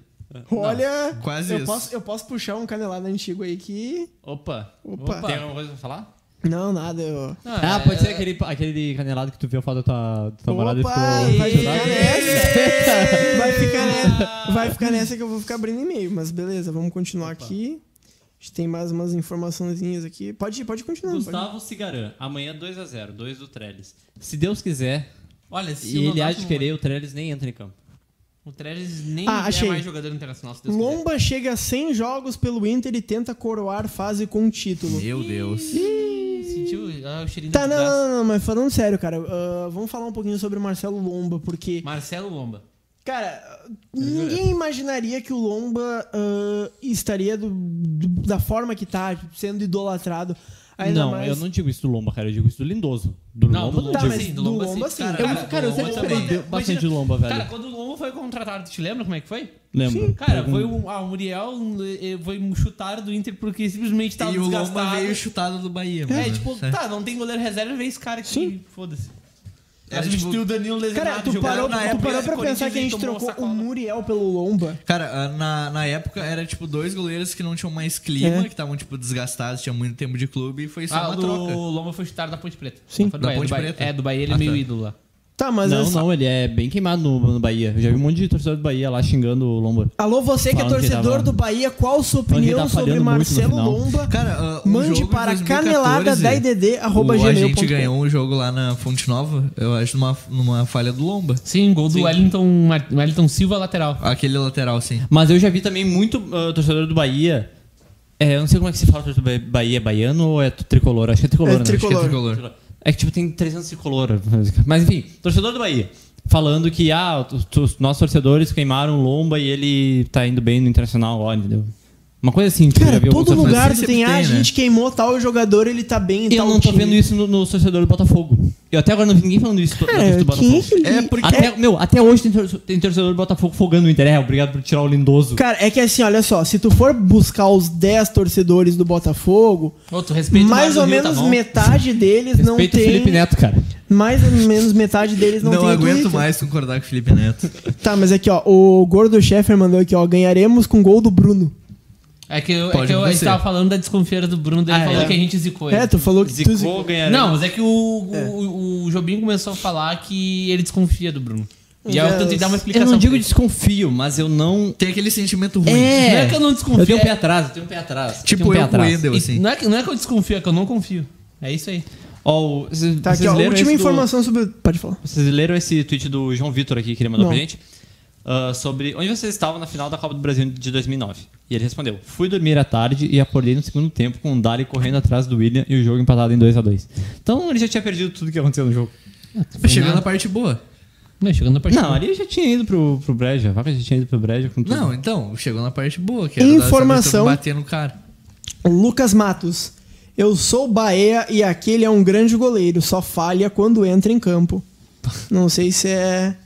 Speaker 2: Olha,
Speaker 4: quase
Speaker 2: eu
Speaker 4: isso.
Speaker 2: Posso, eu posso puxar um canelado antigo aí que.
Speaker 1: Opa.
Speaker 2: Opa.
Speaker 1: Tem alguma coisa pra falar?
Speaker 2: Não, nada, eu.
Speaker 1: Ah, pode ser
Speaker 3: é-
Speaker 1: aquele, aquele canelado que tu viu a foto da tua, da tua namorada e ficou...
Speaker 2: Opa, vai ficar
Speaker 1: chorado?
Speaker 2: nessa. Vai ficar nessa. Vai ficar nessa que eu vou ficar abrindo e-mail. Mas beleza, vamos continuar aqui. A gente tem mais umas informaçõezinhas aqui. Pode, pode continuar. pode.
Speaker 1: Gustavo Cigaran. Amanhã 2x0. 2 do Trellis. Se Deus quiser
Speaker 3: Olha, se
Speaker 1: e
Speaker 3: o
Speaker 1: ele
Speaker 3: Nonato
Speaker 1: há de
Speaker 3: não-
Speaker 1: querer, o Trellis nem entra em campo.
Speaker 3: O Trellis nem
Speaker 2: Ah, achei.
Speaker 3: é mais jogador internacional, se Deus quiser.
Speaker 2: Lomba chega a 100 jogos pelo Inter e tenta coroar fase com título.
Speaker 4: Meu Deus.
Speaker 3: Sentiu ah, o cheirinho
Speaker 2: Tá,
Speaker 3: da
Speaker 2: não,
Speaker 3: desgraça.
Speaker 2: não, não, mas falando sério, cara, ah, vamos falar um pouquinho sobre o Marcelo Lomba, porque
Speaker 3: Marcelo Lomba.
Speaker 2: Cara,
Speaker 1: É
Speaker 2: ninguém imaginaria que o Lomba ah, estaria do- do- da forma que tá, sendo idolatrado. Ainda
Speaker 1: não,
Speaker 2: mais-
Speaker 1: eu não digo isso do Lomba, cara. Eu digo isso do Lindoso. Do
Speaker 3: Não,
Speaker 1: Lomba
Speaker 3: do
Speaker 1: não
Speaker 2: Tá,
Speaker 3: digo
Speaker 2: mas é
Speaker 1: digo.
Speaker 3: sim,
Speaker 2: do
Speaker 3: do Lomba
Speaker 2: Lomba,
Speaker 3: sim.
Speaker 2: sim.
Speaker 4: Cara,
Speaker 2: Eu-
Speaker 4: mas
Speaker 1: Cara, eu
Speaker 4: do
Speaker 1: sempre
Speaker 4: Lomba
Speaker 1: gostei
Speaker 4: também.
Speaker 1: de- bastante de
Speaker 3: Imagina-
Speaker 1: Lomba, velho.
Speaker 3: Cara, quando o Lomba foi contratado, te lembra como é que foi?
Speaker 1: Lembro.
Speaker 3: Cara,
Speaker 1: Algum-
Speaker 3: foi um, ah, o Muriel eh, foi um chutar do Inter porque simplesmente
Speaker 2: tá
Speaker 3: tava
Speaker 4: e o
Speaker 3: desgastado.
Speaker 4: Lomba veio chutado do Bahia, mano.
Speaker 3: É, tipo, tá, não tem goleiro reserva, vê esse cara aqui.
Speaker 2: Sim. tipo,
Speaker 3: Foda-se. tipo,
Speaker 4: É,
Speaker 3: Aí substituiu o Danilo lesionado.
Speaker 2: Cara, tu
Speaker 3: jogaram
Speaker 2: parou,
Speaker 3: na
Speaker 2: tu
Speaker 3: época
Speaker 2: parou
Speaker 3: do
Speaker 2: pra
Speaker 3: Corinthians
Speaker 2: pensar que a
Speaker 3: e
Speaker 2: gente
Speaker 3: tomou
Speaker 2: trocou
Speaker 3: sacola.
Speaker 2: o Muriel pelo Lomba.
Speaker 4: Cara, ah, na, na época era tipo dois goleiros que não tinham mais clima,
Speaker 2: É.
Speaker 4: que estavam tipo desgastados, tinham muito tempo de clube e foi só
Speaker 3: Ah,
Speaker 4: é uma
Speaker 3: o
Speaker 4: troca.
Speaker 3: Lomba foi chutar da Ponte Preta.
Speaker 2: Sim.
Speaker 3: Não foi do
Speaker 4: Da
Speaker 3: Bahia,
Speaker 4: Ponte
Speaker 3: do Bahia.
Speaker 4: Preta?
Speaker 3: É, do Bahia ele é
Speaker 4: Ah,
Speaker 3: meio
Speaker 4: tá.
Speaker 3: ídolo lá.
Speaker 2: Tá, mas
Speaker 1: não,
Speaker 2: essa-
Speaker 1: não, ele é bem queimado no, no Bahia. Eu já vi um monte de torcedor do Bahia lá xingando o Lomba.
Speaker 2: Alô, você que é
Speaker 1: Falando que
Speaker 2: torcedor
Speaker 1: tava-
Speaker 2: do Bahia, qual a sua
Speaker 1: que
Speaker 2: opinião
Speaker 1: tá falhando
Speaker 2: sobre
Speaker 1: muito no
Speaker 2: Marcelo
Speaker 1: final.
Speaker 2: Lomba?
Speaker 4: Cara, ah, um
Speaker 2: Mande
Speaker 4: jogo em
Speaker 2: para
Speaker 4: 2014,
Speaker 2: canelada da IDD, arroba
Speaker 4: o, a
Speaker 2: gmail ponto com.
Speaker 4: gente ganhou um jogo lá na Fonte Nova, eu acho, numa, numa falha do Lomba.
Speaker 3: Sim, gol do Wellington, Mar- Wellington Silva, lateral.
Speaker 4: Aquele lateral, sim.
Speaker 1: Mas eu já vi também muito ah, torcedor do Bahia. É, eu não sei como é que se fala torcedor do Bahia. É baiano ou é tricolor? Acho que é tricolor,
Speaker 2: É
Speaker 1: né?
Speaker 4: Que é
Speaker 2: Tricolor.
Speaker 4: tricolor.
Speaker 1: É que, tipo, tem 300 tricolor. Mas, enfim, torcedor do Bahia. Falando que, ah, os- os nossos torcedores queimaram o Lomba e ele tá indo bem no Internacional agora, entendeu? Uma coisa assim, tipo, eu
Speaker 2: Cara,
Speaker 1: já vi
Speaker 2: todo
Speaker 1: alguns-
Speaker 2: lugar
Speaker 4: mas
Speaker 2: tu
Speaker 4: sempre
Speaker 2: tem, ah, a
Speaker 4: tem, né?
Speaker 2: gente queimou tal jogador, ele tá bem e
Speaker 1: Eu
Speaker 2: tal
Speaker 1: não tô
Speaker 2: time.
Speaker 1: vendo isso no, no torcedor do Botafogo. Eu até agora não vi ninguém falando isso do-
Speaker 2: Cara,
Speaker 1: do
Speaker 2: quem é
Speaker 1: Botafogo.
Speaker 2: que...
Speaker 4: É porque-
Speaker 1: Até, Meu, até hoje tem, tor- tem torcedor do Botafogo fogando o Inter. É, obrigado por tirar o Lindoso.
Speaker 2: Cara, é que assim, olha só, se tu for buscar os 10 torcedores do Botafogo,
Speaker 3: Ô, tu respeita o
Speaker 2: mais
Speaker 3: Mário
Speaker 2: ou
Speaker 3: do Rio, tá
Speaker 2: menos
Speaker 3: bom?
Speaker 2: metade deles não
Speaker 1: Respeita o
Speaker 2: tem.
Speaker 1: Felipe Neto, cara.
Speaker 2: mais ou menos metade deles não,
Speaker 4: Não,
Speaker 2: tem
Speaker 4: aguento
Speaker 2: Twitter.
Speaker 4: mais concordar com o Felipe Neto.
Speaker 2: Tá, mas aqui, ó, o Gordo Sheffer mandou aqui, ó, ganharemos com gol do Bruno.
Speaker 3: É que, eu, é
Speaker 4: Pode
Speaker 3: que eu, a gente
Speaker 4: acontecer.
Speaker 3: tava falando da desconfiança do Bruno, daí
Speaker 5: Ah,
Speaker 3: ele falou
Speaker 5: é.
Speaker 3: que a gente zicou ele.
Speaker 2: É, tu falou que tu...
Speaker 5: Zicou, ganharemos.
Speaker 3: Não, mas é que o, o, o- o Jobim começou a falar que ele desconfia do Bruno. E aí eu
Speaker 2: Mas
Speaker 4: é,
Speaker 3: tentei dar uma
Speaker 5: eu
Speaker 3: explicação.
Speaker 5: não digo
Speaker 3: pra ele.
Speaker 5: desconfio, mas eu não.
Speaker 4: Tem aquele sentimento ruim.
Speaker 3: Não é que eu não desconfio.
Speaker 5: Eu tenho um
Speaker 3: é-
Speaker 5: pé atrás, eu tenho um pé atrás. eu tenho
Speaker 4: Tipo
Speaker 5: um pé
Speaker 4: eu com o
Speaker 5: atrás.
Speaker 4: Wendel,
Speaker 3: e-
Speaker 4: assim.
Speaker 3: não, é que, não é que eu desconfio, é que eu não confio. É isso aí.
Speaker 5: Ó, o- cês-
Speaker 2: Tá aqui,
Speaker 5: vocês
Speaker 2: ó,
Speaker 5: leram
Speaker 2: última
Speaker 5: esse do-
Speaker 2: informação sobre... Pode falar.
Speaker 5: Vocês leram esse tweet do João Vitor aqui que ele mandou
Speaker 2: Não.
Speaker 5: pra gente? Ah, sobre onde vocês estavam na final da Copa do Brasil de 2009. E ele respondeu: Fui dormir à tarde e acordei no segundo tempo com o Dali correndo atrás do William e o jogo empatado em 2 a 2 Então ele já tinha perdido tudo que aconteceu no jogo.
Speaker 2: É.
Speaker 4: Chegando na parte boa.
Speaker 3: Não, chegando na partida.
Speaker 5: Não, ali já tinha ido pro, pro Breja. A vaca já tinha ido pro Breja com tudo.
Speaker 4: Não, então, chegou na parte boa, que era dar essa
Speaker 2: Informação.
Speaker 4: missão de bater no cara.
Speaker 2: O Lucas Matos. Eu sou Bahia e aquele é um grande goleiro, só falha quando entra em campo. Não sei se é.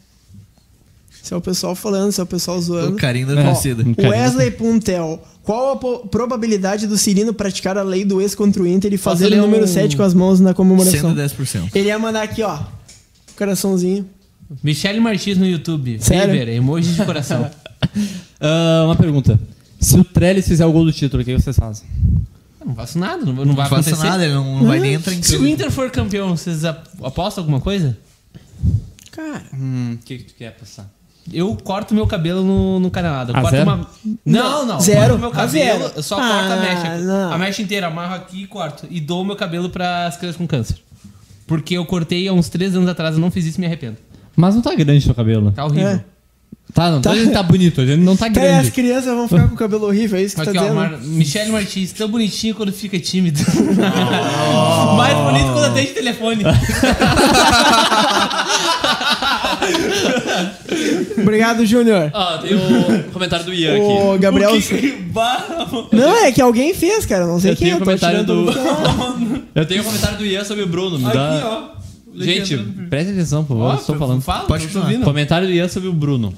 Speaker 2: Se é o pessoal falando, se é o pessoal
Speaker 4: O
Speaker 2: zoando.
Speaker 4: carinho da
Speaker 5: É.
Speaker 4: torcida.
Speaker 5: cara.
Speaker 2: Wesley Puntel. Qual a po- probabilidade do Cirino praticar a lei do ex contra o Inter e
Speaker 3: Posso
Speaker 2: fazer
Speaker 3: ler
Speaker 2: o número
Speaker 3: um-
Speaker 2: 7 com as mãos na comemoração?
Speaker 4: 110%.
Speaker 2: Ele ia mandar aqui, ó. Coraçãozinho.
Speaker 3: Michele Martins no YouTube.
Speaker 2: Sério?
Speaker 3: Faber, emoji de
Speaker 4: <laughs>
Speaker 3: coração.
Speaker 5: Ah, uma pergunta. Se o Trellis fizer o gol do título, o que vocês fazem?
Speaker 3: não faço nada, não, não vai
Speaker 4: Não faça
Speaker 3: acontecer.
Speaker 4: nada, ele não, não vai nem entrar em
Speaker 3: Se
Speaker 4: campo.
Speaker 3: o Inter for campeão, vocês a- apostam alguma coisa?
Speaker 2: Cara.
Speaker 5: Hum, o que, que tu quer passar?
Speaker 3: Eu corto meu cabelo no, no Canadá. Eu
Speaker 5: A
Speaker 3: corto
Speaker 5: zero?
Speaker 3: uma- Não, não.
Speaker 2: Zero?
Speaker 3: Corto meu
Speaker 2: A
Speaker 3: cabelo,
Speaker 2: zero.
Speaker 3: eu só
Speaker 2: Ah,
Speaker 3: corto a mecha.
Speaker 2: não.
Speaker 3: A mecha inteira, amarro aqui e corto. E dou meu cabelo para as crianças com câncer. Porque eu cortei há uns três anos atrás, eu não fiz isso e me arrependo.
Speaker 5: Mas não tá grande seu cabelo.
Speaker 3: Tá horrível.
Speaker 2: É.
Speaker 5: Tá, não. Tá, ele tá bonito, ele não tá
Speaker 2: Tá aí, as
Speaker 5: grande.
Speaker 2: crianças vão ficar com o cabelo horrível, é isso que
Speaker 3: Aqui,
Speaker 2: tá
Speaker 3: ó,
Speaker 2: dizendo?
Speaker 3: Mar... Michele Martins, tão bonitinho quando fica tímido. <laughs> Mais bonito quando atende telefone.
Speaker 2: Obrigado, Júnior.
Speaker 1: Ó, tem o um comentário do Ian aqui.
Speaker 2: Ô,
Speaker 3: <laughs>
Speaker 2: Gabriel. Não, é que alguém fez, cara. Não sei
Speaker 1: Eu
Speaker 2: quem
Speaker 1: tenho
Speaker 2: é, tô
Speaker 1: comentário do-
Speaker 2: tirando dúvida.
Speaker 1: Eu tenho o comentário do Ian sobre o Bruno. Me dá...
Speaker 3: ó.
Speaker 1: Gente, preste atenção, por favor. eu estou falando.
Speaker 3: Fala,
Speaker 4: Pode
Speaker 3: não tô
Speaker 4: continuar.
Speaker 3: ouvindo.
Speaker 1: Comentário do Ian sobre o Bruno.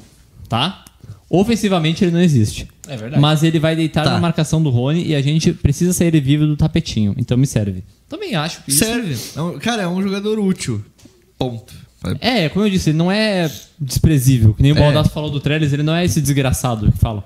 Speaker 1: Tá? Ofensivamente ele não existe.
Speaker 3: É verdade.
Speaker 1: Mas ele vai deitar
Speaker 4: Tá.
Speaker 1: na marcação do Rony e a gente precisa sair vivo do tapetinho. Então me serve. Também acho que isso.
Speaker 4: Serve. É um- Cara, é um jogador útil. Ponto.
Speaker 1: É, como eu disse, ele não é desprezível. Que nem o
Speaker 4: É.
Speaker 1: Baldasso falou do Trellis, ele não é esse desgraçado que fala.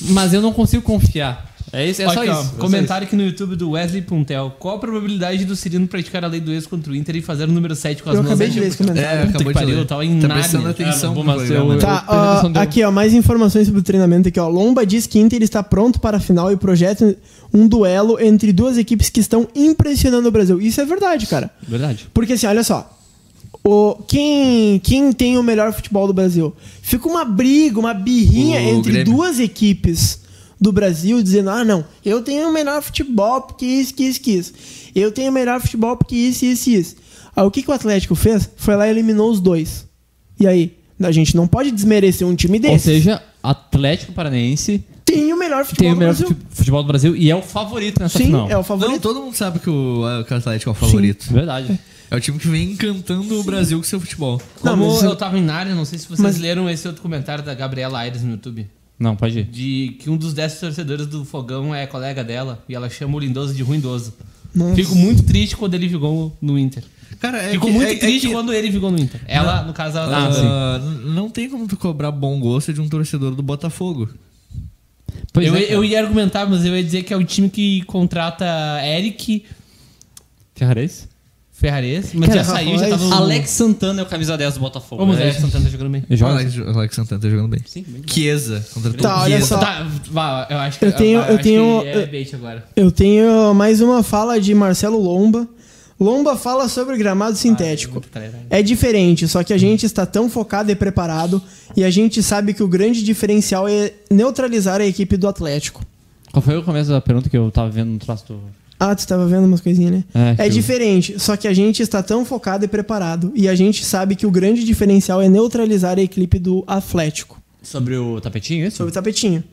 Speaker 1: Mas eu não consigo confiar. É, isso, é só
Speaker 3: Aqui, ó,
Speaker 1: isso. é só
Speaker 3: comentário aqui no YouTube do Wesley Puntel. Qual a probabilidade do Cirino praticar a lei do ex contra o Inter e fazer o número 7 com as
Speaker 2: Eu
Speaker 3: mãos?
Speaker 2: acabei
Speaker 3: né?
Speaker 2: de ler esse comentário.
Speaker 4: É,
Speaker 3: que
Speaker 4: acabou de
Speaker 3: pariu,
Speaker 4: ler.
Speaker 3: eu tava em
Speaker 4: Tá
Speaker 3: Nárnia.
Speaker 4: prestando
Speaker 1: Ah,
Speaker 4: atenção
Speaker 1: bom,
Speaker 4: pro
Speaker 1: mas
Speaker 4: programa.
Speaker 1: eu-
Speaker 2: Tá,
Speaker 1: Perdão,
Speaker 2: ó,
Speaker 1: só deu-
Speaker 2: aqui ó, mais informações sobre o treinamento aqui ó. Lomba diz que Inter está pronto para a final e projeta um duelo entre duas equipes que estão impressionando o Brasil. Isso é verdade, cara.
Speaker 1: isso. Verdade.
Speaker 2: Porque assim, olha só. O, quem, quem tem o melhor futebol do Brasil? Fica uma briga, uma birrinha
Speaker 4: O
Speaker 2: entre
Speaker 4: Grêmio.
Speaker 2: duas equipes do Brasil dizendo: ah, não, eu tenho o melhor futebol porque isso, que isso, que isso. Eu tenho o melhor futebol porque isso, isso, isso. Aí o que, que o Atlético fez? Foi lá e eliminou os dois. E aí? A gente não pode desmerecer um time desse.
Speaker 1: Ou seja, Atlético Paranaense
Speaker 2: tem o melhor futebol
Speaker 1: tem o
Speaker 2: do
Speaker 1: melhor
Speaker 2: Brasil.
Speaker 1: fute- futebol do Brasil e é o favorito nessa
Speaker 2: Sim,
Speaker 1: final.
Speaker 2: é o
Speaker 4: Não,
Speaker 2: favorito.
Speaker 4: todo mundo sabe que o, ah, que o Atlético é o favorito.
Speaker 1: Verdade.
Speaker 4: É o time que vem encantando o Brasil com seu futebol.
Speaker 2: Não,
Speaker 3: Como
Speaker 2: mas isso-
Speaker 3: eu tava em Nárnia, não sei se vocês
Speaker 2: Mas-
Speaker 3: leram esse outro comentário da Gabriela Aires no YouTube.
Speaker 1: Não, pode ir.
Speaker 3: De que um dos 10 torcedores do Fogão é colega dela e ela chama o Lindoso de ruindoso.
Speaker 2: Nossa.
Speaker 3: Fico muito triste quando ele ficou no Inter.
Speaker 4: Cara, é
Speaker 3: Fico
Speaker 4: que-
Speaker 3: muito
Speaker 4: é- é
Speaker 3: triste
Speaker 4: que-
Speaker 3: quando ele ficou no Inter. Ela, no caso, ela.
Speaker 4: Ah,
Speaker 3: ela-
Speaker 4: n- não tem como tu cobrar bom gosto de um torcedor do Botafogo.
Speaker 1: Pois
Speaker 3: eu,
Speaker 1: é, cara.
Speaker 3: eu ia argumentar, mas eu ia dizer que é o time que contrata Eric
Speaker 1: Ferrarese?
Speaker 3: Ferrares, mas
Speaker 2: Cara,
Speaker 3: já saiu, já tava no...
Speaker 5: Alex Santana é o camisa 10 do Botafogo.
Speaker 3: Vamos,
Speaker 1: É
Speaker 5: né?
Speaker 3: Alex Santana tá jogando bem.
Speaker 1: Eu jogo.
Speaker 4: Alex, Alex Santana tá jogando bem.
Speaker 5: Sim, bem.
Speaker 4: Chiesa contratou
Speaker 2: Tá, olha
Speaker 4: Chiesa.
Speaker 2: só.
Speaker 3: Tá, vá, eu acho que
Speaker 2: Eu tenho-
Speaker 3: acho
Speaker 2: eu
Speaker 3: que
Speaker 2: tenho-
Speaker 3: é bait agora.
Speaker 2: Eu tenho mais uma fala de Marcelo Lomba. Lomba fala sobre gramado sintético.
Speaker 3: tá
Speaker 2: É diferente, só que a gente está tão focado e preparado e a gente sabe que o grande diferencial é neutralizar a equipe do Atlético.
Speaker 1: Qual foi o começo da pergunta que eu tava vendo no traço do.
Speaker 2: Ah, tu estava vendo umas coisinhas, né?
Speaker 1: É, que
Speaker 2: É
Speaker 1: eu-
Speaker 2: diferente, só que a gente está tão focado e preparado e a gente sabe que o grande diferencial é neutralizar a equipe do Atlético.
Speaker 1: Sobre o tapetinho, isso?
Speaker 2: Sobre o tapetinho.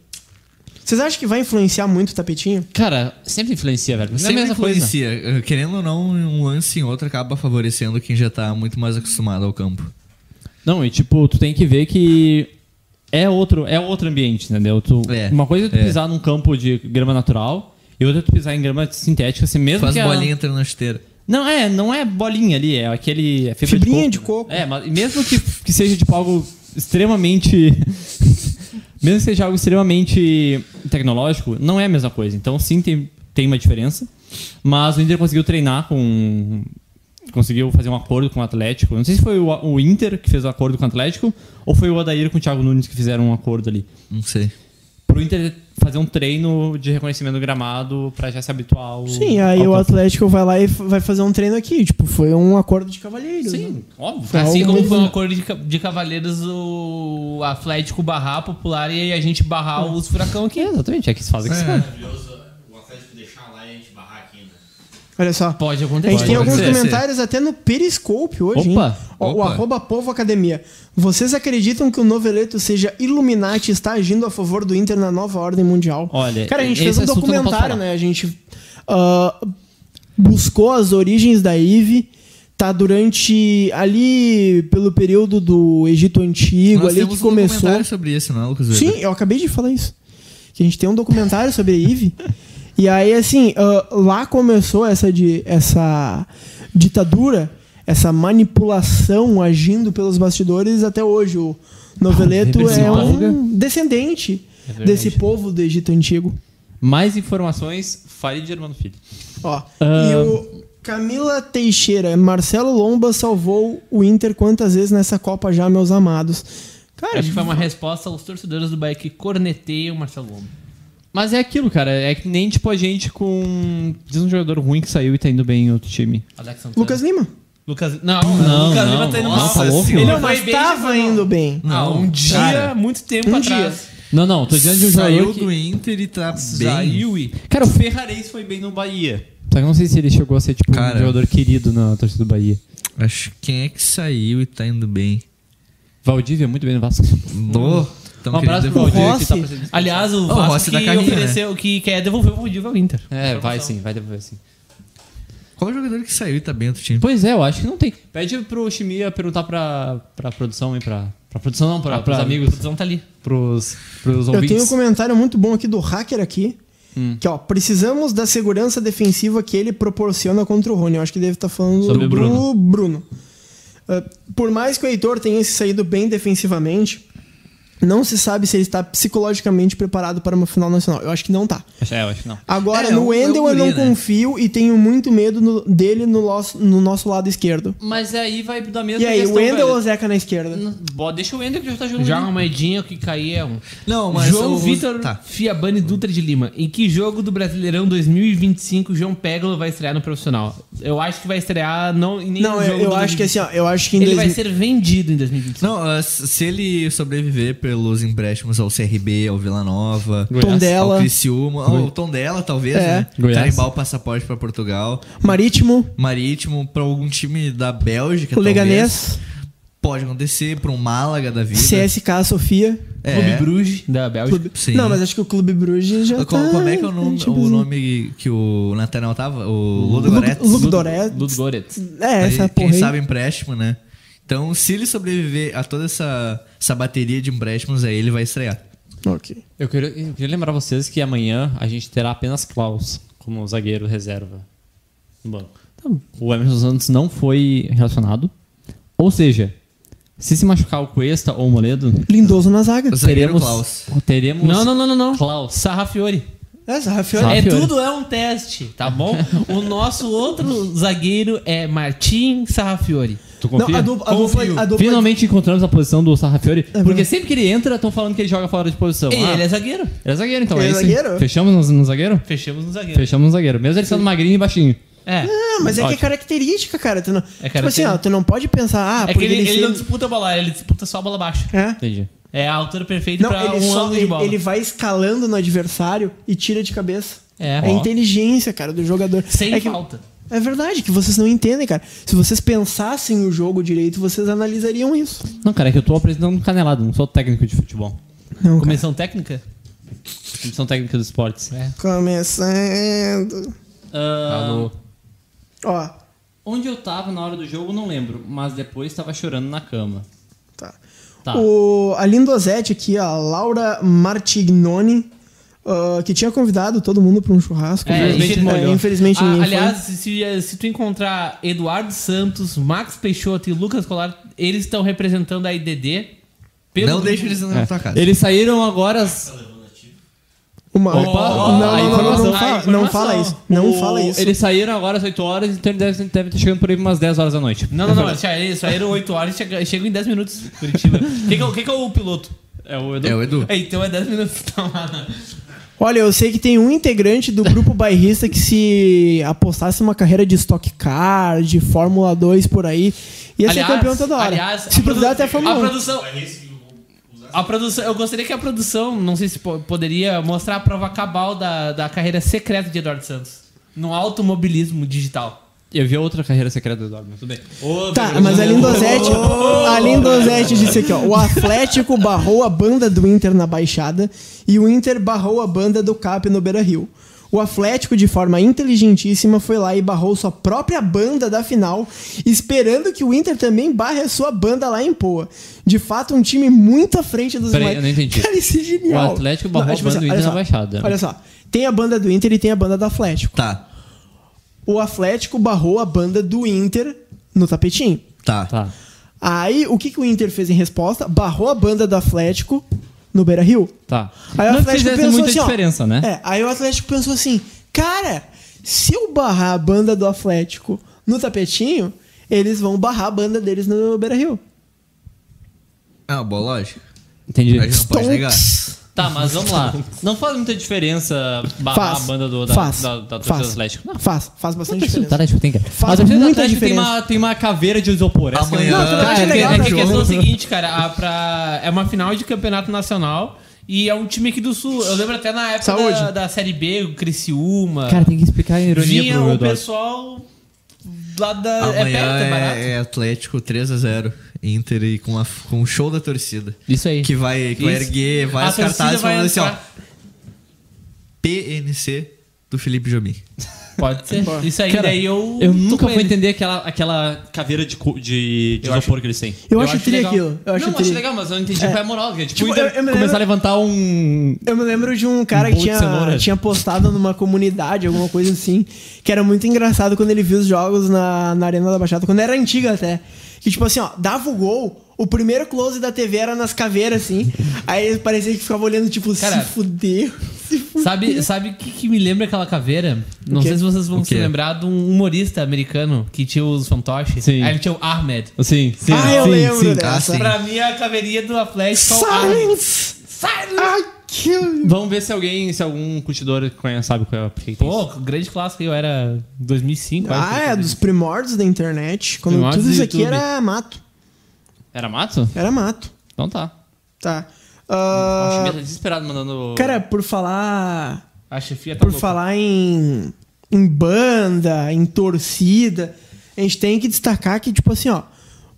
Speaker 2: Vocês acham que vai influenciar muito o tapetinho?
Speaker 1: Cara, sempre influencia, velho. Não é a
Speaker 4: Sempre
Speaker 1: mesma coisa.
Speaker 4: influencia. Eh, Querendo ou não, um lance em outro acaba favorecendo quem já tá muito mais acostumado ao campo.
Speaker 1: Não, e tipo, tu tem que ver que é outro, é outro ambiente, entendeu? Tu,
Speaker 4: É,
Speaker 1: uma coisa é tu
Speaker 4: é.
Speaker 1: pisar num campo de grama natural e outra é tu pisar em grama sintética, assim mesmo
Speaker 4: Faz
Speaker 1: que a-
Speaker 4: bolinha entrando na chuteira.
Speaker 1: Não, é, não é bolinha ali, é aquele. É fibra
Speaker 2: Fibrinha
Speaker 1: de
Speaker 2: de coco.
Speaker 1: coco. É, mas mesmo que, que seja tipo algo extremamente. <laughs> mesmo que seja algo extremamente tecnológico, não é a mesma coisa. Então sim tem, tem uma diferença. Mas o Inter conseguiu treinar com. Conseguiu fazer um acordo com o Atlético. Não sei se foi o, o Inter que fez o acordo com o Atlético ou foi o Odair com o Thiago Nunes que fizeram um acordo ali
Speaker 4: Não sei.
Speaker 1: pro Inter fazer um treino de reconhecimento do gramado pra já se habituar ao.
Speaker 2: Sim, aí
Speaker 1: ao campo.
Speaker 2: o Atlético vai lá e f- vai fazer um treino aqui. Tipo, foi um acordo de cavalheiros. né?
Speaker 1: Sim, óbvio.
Speaker 2: Foi
Speaker 3: Assim
Speaker 2: algo
Speaker 3: como
Speaker 2: muito-
Speaker 3: foi um acordo de, ca- de cavaleiros, o Atlético barrar a popular e a gente barrar
Speaker 2: Hum.
Speaker 3: os furacão aqui.
Speaker 1: É, exatamente, é que se faz o que se faz.
Speaker 6: Maravilhoso o Atlético deixar lá e a gente barrar aqui, né?
Speaker 2: Olha só.
Speaker 3: Pode
Speaker 2: A
Speaker 3: acontecer.
Speaker 2: gente tem alguns
Speaker 4: ser,
Speaker 2: comentários até no Periscope hoje,
Speaker 1: Opa,
Speaker 2: hein? O, o
Speaker 4: opa.
Speaker 2: arroba Povo Academia. Vocês acreditam que o noveleto seja Illuminati e está agindo a favor do Inter na nova ordem mundial?
Speaker 1: Olha,
Speaker 2: Cara, a gente
Speaker 1: esse
Speaker 2: fez um
Speaker 1: assunto eu não posso
Speaker 2: documentário,
Speaker 1: falar.
Speaker 2: né? A gente ah, buscou as origens da IVE. Tá durante ali pelo período do Egito Antigo,
Speaker 4: Nós
Speaker 2: ali que
Speaker 4: temos um
Speaker 2: começou.
Speaker 4: comentário sobre isso, não é, Lucas? Weber?
Speaker 2: Sim, eu acabei de falar isso. Que a gente tem um documentário sobre a
Speaker 3: <laughs>
Speaker 2: Eve. E aí, assim, ah, lá começou essa, di essa ditadura, essa manipulação agindo pelos bastidores até hoje. O
Speaker 3: <laughs>
Speaker 2: noveleto
Speaker 1: Ah,
Speaker 2: é
Speaker 1: representante.
Speaker 2: um descendente
Speaker 3: É
Speaker 2: desse povo do Egito Antigo.
Speaker 1: Mais informações, Farid Germano Filho.
Speaker 2: Ó,
Speaker 3: Ah.
Speaker 2: E o Camila Teixeira, Marcelo Lomba salvou o Inter quantas vezes nessa Copa já, meus amados? Cara,
Speaker 3: Acho que foi uma resposta aos torcedores do Bahia que corneteiam o Marcelo Lomba.
Speaker 1: Mas é aquilo, cara. É que nem tipo a gente com. Diz um jogador ruim que saiu e tá indo bem em outro time.
Speaker 3: Alex Santana.
Speaker 2: Lucas Lima.
Speaker 3: Lucas. Não,
Speaker 1: Não,
Speaker 3: Lucas
Speaker 1: não,
Speaker 3: Lima tá indo
Speaker 1: não,
Speaker 3: mal.
Speaker 1: tá louco?
Speaker 3: Ele
Speaker 2: Não,
Speaker 3: foi
Speaker 2: mas
Speaker 3: bem, já
Speaker 2: tava
Speaker 3: foi mal.
Speaker 2: indo bem.
Speaker 3: Ah, um dia,
Speaker 4: Cara,
Speaker 3: muito tempo
Speaker 2: um
Speaker 3: atrás.
Speaker 1: Não, não, tô dizendo de um
Speaker 4: Saiu
Speaker 1: jogador.
Speaker 4: do
Speaker 1: Que...
Speaker 4: Inter e tá bem.
Speaker 3: Saiu e.
Speaker 1: Cara, o Ferrarese foi bem no Bahia. Só que eu não sei se ele chegou a ser, tipo,
Speaker 4: Cara.
Speaker 1: um jogador querido na torcida do Bahia.
Speaker 4: Acho que quem é que saiu e tá indo bem?
Speaker 1: Valdívia é muito bem no Vasco.
Speaker 4: Do. Tão
Speaker 1: Um abraço
Speaker 4: querendo
Speaker 1: pro Valdívia
Speaker 4: devolver.
Speaker 1: que tá
Speaker 2: Rossi?
Speaker 1: precisando.
Speaker 3: Aliás, o
Speaker 4: o
Speaker 3: Vasco
Speaker 4: Rossi
Speaker 3: que
Speaker 4: da
Speaker 2: né?
Speaker 4: carreira,
Speaker 3: ofereceu, que quer devolver o Valdívio ao Inter.
Speaker 1: É, vai sim, vai devolver sim.
Speaker 4: Qual jogador que saiu e tá bem no outro time?
Speaker 1: Pois é, eu acho que não tem. Pede pro Chimia perguntar pra, pra produção e pra. Pra produção não,
Speaker 4: Ah,
Speaker 1: pra, pros
Speaker 3: A
Speaker 1: amigos,
Speaker 3: produção tá ali.
Speaker 1: pros, pros
Speaker 2: Eu tenho um
Speaker 1: ouvintes.
Speaker 2: comentário muito bom aqui do hacker aqui. Que ó, precisamos da segurança defensiva que ele proporciona contra o Rony. Eu acho que deve estar falando
Speaker 1: Sobre o
Speaker 2: do
Speaker 1: Bruno.
Speaker 2: Bruno. Ah, por mais que o Heitor tenha se saído bem defensivamente, não se sabe se ele está psicologicamente preparado para uma final nacional. Eu acho que não tá.
Speaker 1: É, eu acho que não.
Speaker 2: Agora,
Speaker 4: É, é
Speaker 2: no
Speaker 4: um- é um
Speaker 2: Wendel eu
Speaker 4: guri,
Speaker 2: não
Speaker 4: né?
Speaker 2: confio e tenho muito medo no- dele no nosso, no nosso lado esquerdo.
Speaker 1: Mas aí vai da mesma
Speaker 2: E aí,
Speaker 1: questão,
Speaker 2: o Wendel ou
Speaker 1: velho.
Speaker 2: Zeca na esquerda?
Speaker 1: Bó, Deixa o Wendel que já tá jogando.
Speaker 3: Joga uma moedinha que cair é um.
Speaker 4: Não, mas
Speaker 3: João
Speaker 4: o-
Speaker 3: Vitor
Speaker 4: Tá.
Speaker 3: Fiabani Dutra de Lima. Em que jogo do Brasileirão 2025 João Peglo vai estrear no profissional? Eu acho que vai estrear não, em nenhum
Speaker 2: Não,
Speaker 3: jogo
Speaker 2: eu, eu
Speaker 3: do
Speaker 2: acho que
Speaker 3: 2025.
Speaker 2: assim, ó, eu acho que em
Speaker 3: Ele vai
Speaker 2: 2000
Speaker 3: ser vendido em 2025.
Speaker 4: Não, ah, s- se ele sobreviver pelos empréstimos ao CRB, ao Vila Nova,
Speaker 2: Tondela.
Speaker 4: ao Criciúma, ao Tondela, talvez,
Speaker 2: É.
Speaker 4: né?
Speaker 1: Goiás.
Speaker 4: Carimbar o passaporte pra Portugal,
Speaker 2: Marítimo,
Speaker 4: Marítimo pra algum time da Bélgica,
Speaker 2: o
Speaker 4: talvez.
Speaker 2: Leganês.
Speaker 4: Pode acontecer pra um Málaga da vida.
Speaker 2: CSK Sofia.
Speaker 4: É.
Speaker 3: Clube Bruges da Bélgica.
Speaker 2: Clube-
Speaker 4: Sim.
Speaker 2: Não, mas acho que o Clube Bruges já
Speaker 4: Co-
Speaker 2: tá...
Speaker 4: Como é que é o nome,
Speaker 2: Tipo,
Speaker 4: o nome que o Nathaniel tava? O Ludo Goretz?
Speaker 2: Lu- Lu- Doré.
Speaker 3: Ludgoretz.
Speaker 2: É, essa porra
Speaker 4: Aí, Quem
Speaker 2: aí.
Speaker 4: sabe empréstimo, né? Então, se ele sobreviver a toda essa, essa bateria de empréstimos, aí ele vai estrear.
Speaker 2: Ok.
Speaker 1: Eu queria, eu queria lembrar vocês que amanhã a gente terá apenas Klaus como zagueiro reserva no banco. Tá o Emerson Santos não foi relacionado. Ou seja, se se machucar o Cuesta ou o Moledo,
Speaker 2: Lindoso na zaga.
Speaker 4: O zagueiro
Speaker 1: teremos.
Speaker 4: Klaus.
Speaker 1: Teremos.
Speaker 3: Não, não, não, não, não.
Speaker 1: Klaus.
Speaker 3: Sarrafiori.
Speaker 2: Essa,
Speaker 1: Sabe?
Speaker 2: Rafael.
Speaker 3: É
Speaker 1: Sarrafiori.
Speaker 3: tudo é um teste, tá bom? o nosso outro zagueiro é Martim Sarrafiori.
Speaker 1: Tu
Speaker 2: Não,
Speaker 1: confia?
Speaker 2: a dupla, a dupla, a dupla-
Speaker 1: Finalmente encontramos a É posição do Sarrafiori. porque
Speaker 2: verdade.
Speaker 1: sempre que ele entra, estão falando que ele joga fora de posição.
Speaker 3: E
Speaker 1: Ah,
Speaker 3: ele é zagueiro.
Speaker 1: ele é zagueiro, então.
Speaker 2: Ele é
Speaker 1: isso.
Speaker 2: zagueiro?
Speaker 1: Fechamos no, no zagueiro?
Speaker 3: Fechamos no zagueiro.
Speaker 1: Fechamos no zagueiro. Mesmo ele sendo magrinho e baixinho.
Speaker 3: É.
Speaker 2: Ah, mas é que é
Speaker 1: Ótimo.
Speaker 2: característica, cara. Tu não... Tipo assim,
Speaker 3: característica.
Speaker 2: ó, tu não pode pensar, ah,
Speaker 3: é que
Speaker 2: porque
Speaker 3: ele, ele
Speaker 2: fez-
Speaker 3: não disputa a bola, larga, ele disputa só a bola baixa.
Speaker 2: É.
Speaker 1: Entendi.
Speaker 3: É a altura perfeita
Speaker 2: Não,
Speaker 3: pra
Speaker 2: ele
Speaker 3: um
Speaker 2: só
Speaker 3: ângulo de bola.
Speaker 2: ele, ele vai escalando no adversário e tira de cabeça.
Speaker 3: É.
Speaker 2: a inteligência, cara, do jogador.
Speaker 3: Sem
Speaker 2: é que-
Speaker 3: falta.
Speaker 2: É verdade que vocês não entendem, cara. Se vocês pensassem o jogo direito, vocês analisariam isso.
Speaker 1: Não, cara, é que eu tô apresentando um canelado, não sou técnico de futebol.
Speaker 2: Não, cara.
Speaker 3: Comissão técnica?
Speaker 1: Comissão técnica dos esportes.
Speaker 3: É.
Speaker 2: Começando.
Speaker 1: Ah,
Speaker 3: Alô.
Speaker 2: Ó,
Speaker 1: Onde eu tava na hora do jogo, não lembro, mas depois tava chorando na cama.
Speaker 2: Tá.
Speaker 1: Tá.
Speaker 2: O, a Lindozete aqui, a Laura Martignoni, ah, ah, que tinha convidado todo mundo pra um churrasco.
Speaker 3: É,
Speaker 2: né?
Speaker 3: infelizmente molhou.
Speaker 2: infelizmente
Speaker 3: Ah,
Speaker 2: ninguém
Speaker 3: aliás, se, se tu encontrar Eduardo Santos, Max Peixoto e Lucas Colar, eles estão representando a IDD. pelo-
Speaker 4: Não tá, deixa eles
Speaker 1: É.
Speaker 4: entrar na tua casa.
Speaker 1: Eles saíram agora. as-
Speaker 2: foi. Uma...
Speaker 1: Opa,
Speaker 2: não, não,
Speaker 1: a
Speaker 2: não, não,
Speaker 1: informação.
Speaker 2: não, fala,
Speaker 3: A
Speaker 2: não
Speaker 3: informação.
Speaker 2: fala isso. Não
Speaker 1: o-
Speaker 2: fala isso.
Speaker 1: Eles saíram agora às 8 horas, então eles devem, devem estar chegando por aí umas 10 horas da noite.
Speaker 3: Não, não, não. Já, isso aí eram 8 horas, chega- chego em 10 minutos. Curitiba.
Speaker 4: <laughs>
Speaker 3: Quem que, é o- quem que é o piloto? É o Edu.
Speaker 4: É o Edu.
Speaker 3: É, então é 10 minutos. <laughs> Então,
Speaker 2: Olha, eu sei que tem um integrante do grupo bairrista que se apostasse uma carreira de Stock Car, de Fórmula 2 por aí, ia ser campeão toda hora.
Speaker 3: Aliás,
Speaker 2: se
Speaker 3: a produ-
Speaker 2: duvidar até Fórmula
Speaker 3: a
Speaker 2: 1.
Speaker 3: produção,
Speaker 6: Vai esse que eu usar.
Speaker 3: a produção. Eu gostaria que a produção, não sei se po- poderia, mostrar a prova cabal da, da carreira secreta de Eduardo Santos. No automobilismo digital.
Speaker 1: Eu vi outra carreira secreta do Eduardo, mas tudo bem.
Speaker 2: Tá, mas a Lindosetti, a Lindosetti disse aqui, ó. O Atlético barrou a banda do Inter na Baixada e o Inter barrou a banda do Cap no Beira Rio. O Atlético, de forma inteligentíssima, foi lá e barrou sua própria banda da final, esperando que o Inter também barre a sua banda lá em Poa. De fato, um time muito à frente dos
Speaker 1: Peraí,
Speaker 2: demais.
Speaker 1: eu não entendi.
Speaker 2: Cara, isso é genial.
Speaker 1: O Atlético barrou a
Speaker 2: tipo
Speaker 1: banda do
Speaker 2: olha
Speaker 1: Inter na
Speaker 2: só,
Speaker 1: Baixada.
Speaker 2: Olha só, tem a banda do Inter e tem a banda do Atlético.
Speaker 4: Tá,
Speaker 2: O Atlético barrou a banda do Inter no tapetinho.
Speaker 4: tá.
Speaker 1: Tá.
Speaker 2: Aí, o que, que o Inter fez em resposta? Barrou a banda do Atlético no Beira Rio.
Speaker 1: Tá.
Speaker 2: Aí
Speaker 1: não
Speaker 2: o
Speaker 1: que
Speaker 2: Atlético
Speaker 1: fizesse
Speaker 2: pensou
Speaker 1: muita
Speaker 2: assim, ó,
Speaker 1: diferença, né?
Speaker 2: É, aí o Atlético pensou assim: cara, se eu barrar a banda do Atlético no tapetinho, eles vão barrar a banda deles no Beira Rio.
Speaker 4: Ah, boa lógica.
Speaker 1: Entendi.
Speaker 4: A gente não pode negar.
Speaker 1: Tá, mas vamos lá. Não faz muita diferença barrar
Speaker 2: Faz.
Speaker 1: a banda do, da,
Speaker 2: faz.
Speaker 1: da, da torcida
Speaker 2: faz.
Speaker 1: do Atlético. Não,
Speaker 2: Faz, faz bastante
Speaker 1: torcida do
Speaker 2: diferença.
Speaker 1: Atlético tem, cara.
Speaker 2: Faz
Speaker 1: a torcida do
Speaker 2: muita
Speaker 1: Atlético tem
Speaker 2: diferença.
Speaker 1: uma, tem uma caveira de isopor. Essa que eu-
Speaker 4: Amanhã.
Speaker 2: Não, tudo bem,
Speaker 4: Ah, Cara,
Speaker 2: é legal,
Speaker 3: É que
Speaker 2: né?
Speaker 3: a
Speaker 4: jogo.
Speaker 3: questão é o seguinte, cara, a- pra- é uma final de campeonato nacional e é um time aqui do Sul. Eu lembro até na época
Speaker 2: Saúde.
Speaker 3: da, da Série B, o Criciúma.
Speaker 1: Cara, tem que explicar a ironia
Speaker 3: vinha
Speaker 1: pro
Speaker 3: o
Speaker 1: meu Eduardo.
Speaker 3: pessoal lá da. é perto,
Speaker 4: Amanhã
Speaker 3: é barato.
Speaker 4: é, é Atlético 3x0. Inter e com, a, com o show da torcida.
Speaker 3: Isso aí.
Speaker 4: Que vai, que vai
Speaker 3: Isso.
Speaker 4: erguer vários
Speaker 3: torcida
Speaker 4: cartazes
Speaker 3: vai
Speaker 4: falando assim, ó.
Speaker 3: entrar.
Speaker 4: PNC do Felipe Jobim.
Speaker 3: Pode ser. Isso aí,
Speaker 1: Cara,
Speaker 3: daí eu.
Speaker 1: Eu
Speaker 3: tô
Speaker 1: nunca
Speaker 3: com
Speaker 1: vou
Speaker 3: ele.
Speaker 1: entender aquela, aquela caveira de, co- de, de isopor que eles têm.
Speaker 2: Eu, acho tri
Speaker 3: legal.
Speaker 2: aquilo. Eu acho
Speaker 1: não,
Speaker 2: tri.
Speaker 1: acho legal, mas eu não entendi qual é a moral. que é, Tipo,
Speaker 2: Tipo,
Speaker 1: Inter
Speaker 2: eu- eu me
Speaker 1: começar
Speaker 2: lembro-
Speaker 1: a levantar um...
Speaker 2: Eu me lembro de um cara
Speaker 1: Um
Speaker 2: que
Speaker 1: bolo de
Speaker 2: tinha,
Speaker 1: cenoura.
Speaker 2: tinha postado numa comunidade, alguma coisa assim, que era muito engraçado quando ele viu os jogos na, na Arena da Baixada, quando era antiga até. Que tipo assim, ó, dava o gol, o primeiro close da TV era nas caveiras, assim. Aí parecia que ficava olhando, tipo,
Speaker 3: Cara,
Speaker 2: se fudeu. Se fudeu.
Speaker 3: Sabe, sabe o que, que me lembra aquela caveira? Não
Speaker 2: O quê?
Speaker 3: sei se vocês vão
Speaker 4: O
Speaker 3: se
Speaker 4: quê?
Speaker 3: lembrar de um humorista americano que tinha os fantoches.
Speaker 1: Sim.
Speaker 3: Aí ele tinha o Ahmed.
Speaker 1: assim, Sim, sim.
Speaker 2: ah, eu
Speaker 1: sim,
Speaker 2: lembro
Speaker 1: sim.
Speaker 2: dessa.
Speaker 4: Ah, sim.
Speaker 3: Pra mim, a caveirinha do Atlético é o Ahmed.
Speaker 2: Silence!
Speaker 3: Silence!
Speaker 2: Ah, que...
Speaker 1: Vamos ver se alguém, se algum curtidor conhece, sabe qual é o que
Speaker 3: Pô, grande clássico eu era 2005. acho.
Speaker 2: Ah, é dos primórdios da internet. Quando
Speaker 3: Primórdios
Speaker 2: tudo
Speaker 3: do
Speaker 2: isso aqui
Speaker 3: YouTube.
Speaker 2: era mato.
Speaker 1: Era mato?
Speaker 2: Era mato.
Speaker 1: Então tá.
Speaker 2: Tá.
Speaker 1: O
Speaker 2: Ah,
Speaker 1: Chimia tá desesperado mandando.
Speaker 2: cara, por falar
Speaker 3: A chefia tá
Speaker 2: Por
Speaker 3: louca.
Speaker 2: falar em, em banda, em torcida, a gente tem que destacar que, tipo assim, ó,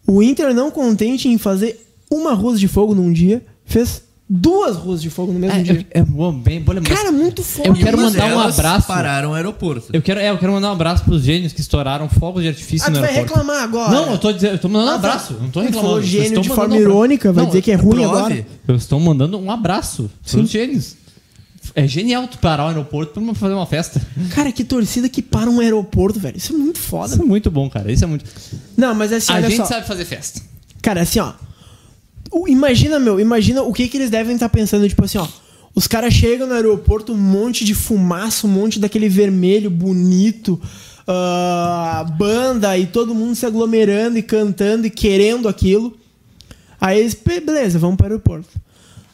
Speaker 2: o Inter não contente em fazer uma ruas de fogo num dia, fez duas ruas de fogo no mesmo dia.
Speaker 1: É, é, é bom, bem, bom, lembrar.
Speaker 2: Cara, muito Ah, foda.
Speaker 1: eu quero
Speaker 4: E
Speaker 1: mandar um
Speaker 4: elas
Speaker 1: abraço.
Speaker 4: Pararam o aeroporto.
Speaker 1: Eu quero, é, eu quero mandar um abraço pros gênios que estouraram fogos de artifício
Speaker 2: Ah, tu
Speaker 1: no
Speaker 2: vai
Speaker 1: aeroporto.
Speaker 2: reclamar agora.
Speaker 1: Não, eu tô, dizendo, eu tô mandando um
Speaker 2: Ah, tá.
Speaker 1: abraço. Não tô
Speaker 2: Ele
Speaker 1: reclamando.
Speaker 2: falou
Speaker 1: eu
Speaker 2: gênio
Speaker 1: estou
Speaker 2: de
Speaker 1: mandando
Speaker 2: forma
Speaker 1: um abra-
Speaker 2: irônica, vai
Speaker 1: Não,
Speaker 2: dizer que é ruim
Speaker 4: prove.
Speaker 1: <laughs>
Speaker 2: agora.
Speaker 1: Eu estou mandando um abraço pros gênios. É genial tu parar o aeroporto pra fazer uma festa.
Speaker 2: Cara, que torcida que para um aeroporto, velho. Isso é muito foda.
Speaker 1: Isso é muito bom, cara. Isso é muito.
Speaker 2: Não, mas assim,
Speaker 1: A
Speaker 2: olha
Speaker 1: gente
Speaker 2: só.
Speaker 1: sabe fazer festa.
Speaker 2: Cara, assim, ó. o- Imagina, meu, imagina o que, que eles devem estar pensando, tipo assim, ó. Os caras chegam no aeroporto, um monte de fumaça, um monte daquele vermelho bonito, ah, banda e todo mundo se aglomerando e cantando e querendo aquilo. Aí eles, "Pe- beleza, vamos pro aeroporto.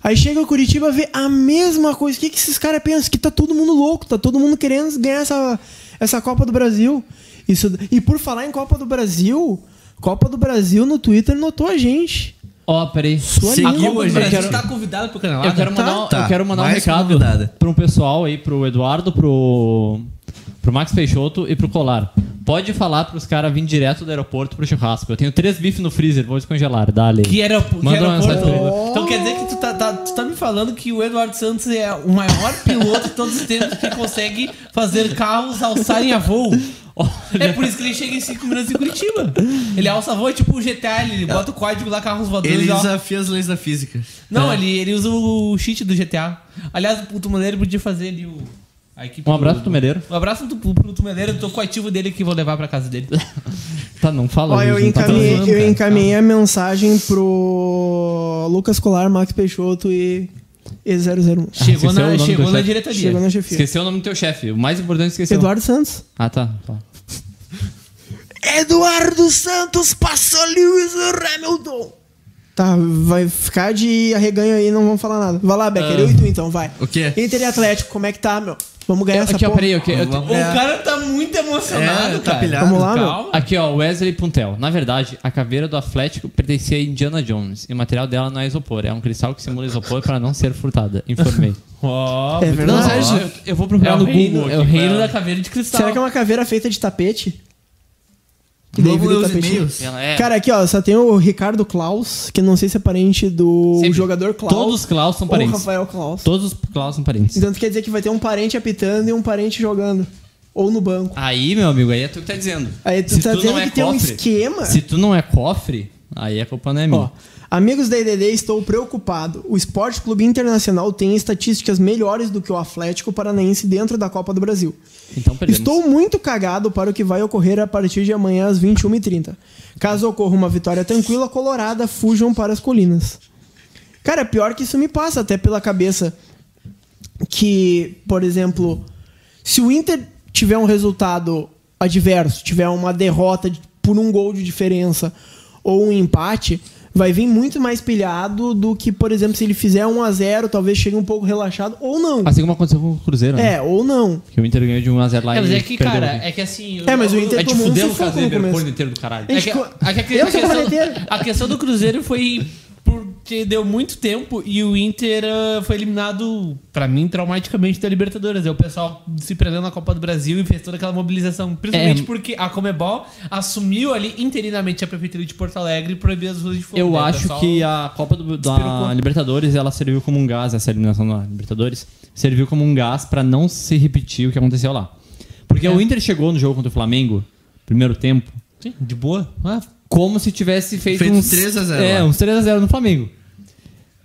Speaker 2: Aí chega Curitiba vê a mesma coisa. O que, que esses caras pensam? Que tá todo mundo louco, tá todo mundo querendo ganhar essa, essa Copa do Brasil. Isso, e por falar em Copa do Brasil, Copa do Brasil no Twitter notou a gente.
Speaker 1: Ó, peraí.
Speaker 4: Seguiu
Speaker 1: A Copa
Speaker 4: a
Speaker 1: do
Speaker 4: gente.
Speaker 1: Brasil
Speaker 4: Eu quero-
Speaker 3: tá convidado pro canal.
Speaker 1: é? Eu quero mandar, um-
Speaker 4: Tá,
Speaker 1: eu quero mandar um
Speaker 4: mais
Speaker 1: recado
Speaker 4: convidada.
Speaker 1: para um pessoal aí, pro Eduardo, pro, pro Max Peixoto e pro Colar. Pode falar pros caras virem direto do aeroporto pro churrasco. Eu tenho três bifes no freezer, vou descongelar. Dá ali.
Speaker 3: Que aeroporto.
Speaker 1: Manda uma mensagem pra ele.
Speaker 3: Então quer dizer que tu tá, tá- tu tá me falando que o Eduardo Santos <laughs> é o maior piloto de todos os tempos que consegue fazer carros alçarem a voo. É por isso que ele chega em 5 minutos em Curitiba. Ele alça voo, é tipo o GTA, ele bota o código lá, carros voadores.
Speaker 4: Ele
Speaker 3: e ó.
Speaker 4: desafia as leis da física.
Speaker 1: É.
Speaker 3: Não, ele, ele usa o cheat do GTA. Aliás, o Tumeleiro podia fazer ali o. A equipe
Speaker 1: Um abraço
Speaker 3: do-
Speaker 1: pro Mereiro.
Speaker 3: Um abraço pro, pro Tumeleiro, tô com o ativo dele que vou levar pra
Speaker 1: <laughs>
Speaker 3: casa dele.
Speaker 1: Tá, não fala.
Speaker 2: Ó, é- eu
Speaker 1: Luiz, não tá
Speaker 2: encaminhei,
Speaker 1: falando.
Speaker 2: eu encaminhei a mensagem pro Lucas Colar, Max Peixoto e E001.
Speaker 3: Chegou,
Speaker 1: esqueceu é o
Speaker 3: na,
Speaker 1: nome do
Speaker 3: chegou na
Speaker 1: chefe.
Speaker 3: diretoria.
Speaker 2: Chegou na chefia.
Speaker 1: Esqueceu o nome do teu chefe. O mais importante é esqueceu.
Speaker 2: Eduardo Santos.
Speaker 1: Ah, tá. tá.
Speaker 2: Eduardo Santos passou Lewis Hamilton. Tá, vai ficar de arreganho aí, não vamos falar nada. Vai lá,
Speaker 1: Ah.
Speaker 2: Becker, eu e tu então, vai.
Speaker 4: O quê?
Speaker 2: Inter e Atlético, como é que tá, meu? Vamos ganhar essa
Speaker 1: É, Aqui, ó,
Speaker 2: porra.
Speaker 1: peraí. ok, eu-
Speaker 4: Vamos
Speaker 3: O
Speaker 2: É.
Speaker 4: ganhar.
Speaker 3: cara tá muito emocionado,
Speaker 4: É, tá
Speaker 3: cara.
Speaker 4: pilhado.
Speaker 2: Vamos lá, meu.
Speaker 3: Calma.
Speaker 1: Aqui, ó, Wesley Puntel. Na verdade, a caveira do Atlético pertencia a Indiana Jones e o material dela não é isopor, é um cristal que simula isopor para não ser furtada. Informei.
Speaker 3: Ó,
Speaker 2: É
Speaker 1: não,
Speaker 2: verdade.
Speaker 1: sério, eu, eu vou procurar
Speaker 3: é o
Speaker 1: no
Speaker 3: reino,
Speaker 1: Google.
Speaker 3: é o reino da
Speaker 1: da
Speaker 3: caveira de cristal.
Speaker 2: Será que é uma caveira feita de tapete? Que daí
Speaker 4: Vamos
Speaker 2: vira
Speaker 4: ler os
Speaker 2: tapetinho?
Speaker 4: e-mails.
Speaker 1: Ela é-
Speaker 2: Cara, aqui ó, só tem o Ricardo Klaus, que não sei se é parente do
Speaker 1: Sempre.
Speaker 2: jogador Klaus.
Speaker 1: Todos os Klaus são
Speaker 2: ou
Speaker 1: parentes.
Speaker 2: Rafael Klaus.
Speaker 1: Todos os Klaus são parentes.
Speaker 2: Então tu quer dizer que vai ter um parente apitando e um parente jogando. Ou no banco.
Speaker 1: Aí, meu amigo, aí é tu que tá dizendo.
Speaker 2: Aí tu
Speaker 1: Se
Speaker 2: tá
Speaker 1: tu
Speaker 2: dizendo
Speaker 1: não é
Speaker 2: que tem um
Speaker 1: cofre,
Speaker 2: esquema.
Speaker 1: Se tu não é cofre, aí a culpa não é minha.
Speaker 2: Ó, amigos da EDD, estou preocupado. O Esporte Clube Internacional tem estatísticas melhores do que o Atlético Paranaense dentro da Copa do Brasil.
Speaker 1: então perdemos.
Speaker 2: Estou muito cagado para o que vai ocorrer a partir de amanhã às 21h30. Caso ocorra uma vitória tranquila, colorada, fujam para as colinas. Cara, pior que isso me passa até pela cabeça. Que, por exemplo, se o Inter tiver um resultado adverso, tiver uma derrota de- por um gol de diferença ou um empate, vai vir muito mais pilhado do que, por exemplo, se ele fizer 1 a 0 talvez chegue um pouco relaxado ou não.
Speaker 1: Assim como aconteceu com o Cruzeiro, né?
Speaker 2: É, ou não.
Speaker 1: Que o Inter ganhou de 1x0 lá
Speaker 3: É, mas
Speaker 1: e
Speaker 3: é que,
Speaker 1: perdeu
Speaker 3: cara,
Speaker 1: o-
Speaker 3: é que assim.
Speaker 2: É, mas o
Speaker 3: eu-
Speaker 2: Inter
Speaker 1: É de
Speaker 2: tomou um
Speaker 1: fuder o
Speaker 2: sufoco
Speaker 1: caso
Speaker 2: no começo.
Speaker 1: do inteiro do caralho.
Speaker 3: É que,
Speaker 2: Gente,
Speaker 3: a, que a,
Speaker 2: eu
Speaker 3: a
Speaker 2: sou
Speaker 3: questão,
Speaker 2: corneteiro.
Speaker 3: a questão do Cruzeiro foi porque deu muito tempo e o Inter ah, foi eliminado, pra mim, traumaticamente da Libertadores. É o pessoal se prendendo na Copa do Brasil e fez toda aquela mobilização. Principalmente
Speaker 1: É.
Speaker 3: porque a Comebol assumiu ali interinamente a Prefeitura de Porto Alegre e proibiu as ruas de fogo.
Speaker 1: Eu
Speaker 3: Né, o
Speaker 1: acho
Speaker 3: pessoal-
Speaker 1: que a Copa do, da
Speaker 3: Despirocou.
Speaker 1: Libertadores ela serviu como um gás, essa eliminação da Libertadores serviu como um gás pra não se repetir o que aconteceu lá. Porque
Speaker 3: É.
Speaker 1: o Inter chegou no jogo contra o Flamengo, primeiro tempo,
Speaker 3: Sim, de boa. Ah,
Speaker 1: como se tivesse feito,
Speaker 4: Feito
Speaker 1: uns
Speaker 4: 3 a 0
Speaker 1: É,
Speaker 4: lá.
Speaker 1: uns 3 a 0 no Flamengo.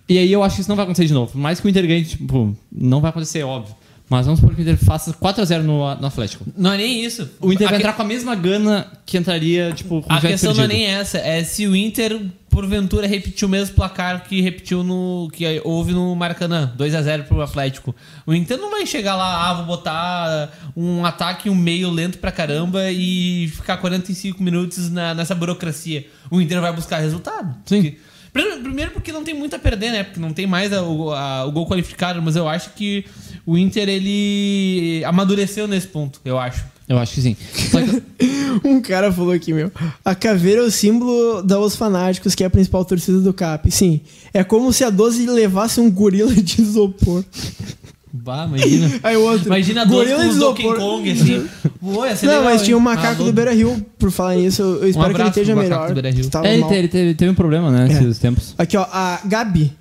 Speaker 1: E aí eu acho que isso não vai acontecer de novo. Por Mais que o Inter ganhe, tipo, não vai acontecer, óbvio. Mas vamos supor que o Inter faça 4 a 0 no, no Atlético.
Speaker 3: não é nem isso.
Speaker 1: O Inter
Speaker 3: A
Speaker 1: vai
Speaker 3: que-
Speaker 1: entrar com a mesma gana que entraria, tipo, com o
Speaker 3: A
Speaker 1: Jack
Speaker 3: questão
Speaker 1: perdido.
Speaker 3: não é nem essa, é se o Inter, porventura, repetiu o mesmo placar que repetiu no. que houve no Maracanã, 2x0 pro Atlético. O Inter não vai chegar lá, ah, vou botar um ataque, um meio lento pra caramba e ficar 45 minutos na- nessa burocracia. O Inter vai buscar resultado. Sim. Primeiro porque não tem muito a perder, né? Porque não tem mais a- o, a- o gol qualificado, mas eu acho que o Inter, ele amadureceu nesse ponto, eu acho.
Speaker 1: Eu acho que sim. Só que-
Speaker 2: Um cara falou aqui, meu. A caveira é o símbolo da Os Fanáticos, que é a principal torcida do CAP. Sim, é como se a 12 levasse um gorila de isopor.
Speaker 3: Bah,
Speaker 2: <laughs>
Speaker 3: imagina.
Speaker 2: Aí o outro.
Speaker 3: Imagina dois
Speaker 2: gorila
Speaker 3: com
Speaker 2: de
Speaker 3: os Donkey
Speaker 2: isopor.
Speaker 3: Kong, assim. Pô, ia ser
Speaker 2: Não,
Speaker 3: legal,
Speaker 2: mas tinha um
Speaker 3: hein?
Speaker 2: macaco
Speaker 3: Ah, Um
Speaker 2: do Beira Rio, por falar nisso. Eu espero que ele
Speaker 3: abraço pro
Speaker 2: esteja
Speaker 3: macaco
Speaker 2: melhor.
Speaker 3: do Beira-Rio.
Speaker 2: Tava
Speaker 1: É, ele
Speaker 2: mal.
Speaker 1: teve, teve- teve um problema, né,
Speaker 2: É.
Speaker 1: esses tempos.
Speaker 2: Aqui, ó, a Gabi.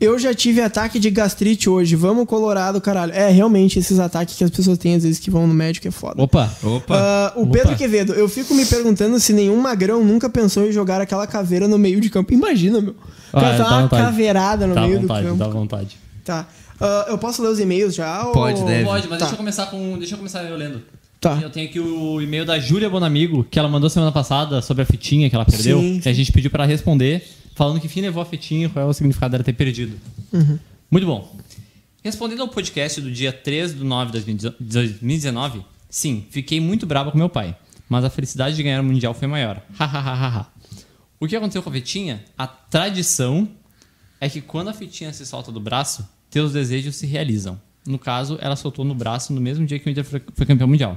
Speaker 2: Eu já tive ataque de gastrite hoje. Vamos, Colorado, caralho. É, realmente, esses ataques que as pessoas têm às vezes que vão no médico é foda.
Speaker 1: Opa,
Speaker 4: Opa.
Speaker 2: Ah, o Pedro Quevedo, eu fico me perguntando se nenhum magrão nunca pensou em jogar aquela caveira no meio de campo. Imagina, meu.
Speaker 1: Ah,
Speaker 2: Cara,
Speaker 1: é,
Speaker 2: tá
Speaker 1: dá
Speaker 2: uma
Speaker 1: vontade.
Speaker 2: caveirada no
Speaker 1: dá
Speaker 2: meio
Speaker 1: vontade,
Speaker 2: do
Speaker 1: dá
Speaker 2: campo.
Speaker 1: vontade.
Speaker 2: Tá. Ah, eu posso ler os e-mails já? ou-
Speaker 4: Pode, deve.
Speaker 1: Pode, mas
Speaker 2: Tá.
Speaker 1: deixa eu começar com. Deixa eu começar eu lendo.
Speaker 2: Tá.
Speaker 1: Eu tenho aqui o e-mail da Júlia Bonamigo, que ela mandou semana passada sobre a fitinha que ela perdeu.
Speaker 2: Sim,
Speaker 1: E a gente pediu pra ela responder, falando que fim levou a fitinha e qual é o significado dela ter perdido.
Speaker 2: Uhum.
Speaker 1: Muito bom. Respondendo ao podcast do dia 3 de 9 de 2019, sim, fiquei muito brava com meu pai. Mas a felicidade de ganhar o Mundial foi maior. Hahaha. o que aconteceu com a fitinha? A tradição é que quando a fitinha se solta do braço, teus desejos se realizam. No caso, ela soltou no braço no mesmo dia que o Inter foi foi campeão mundial.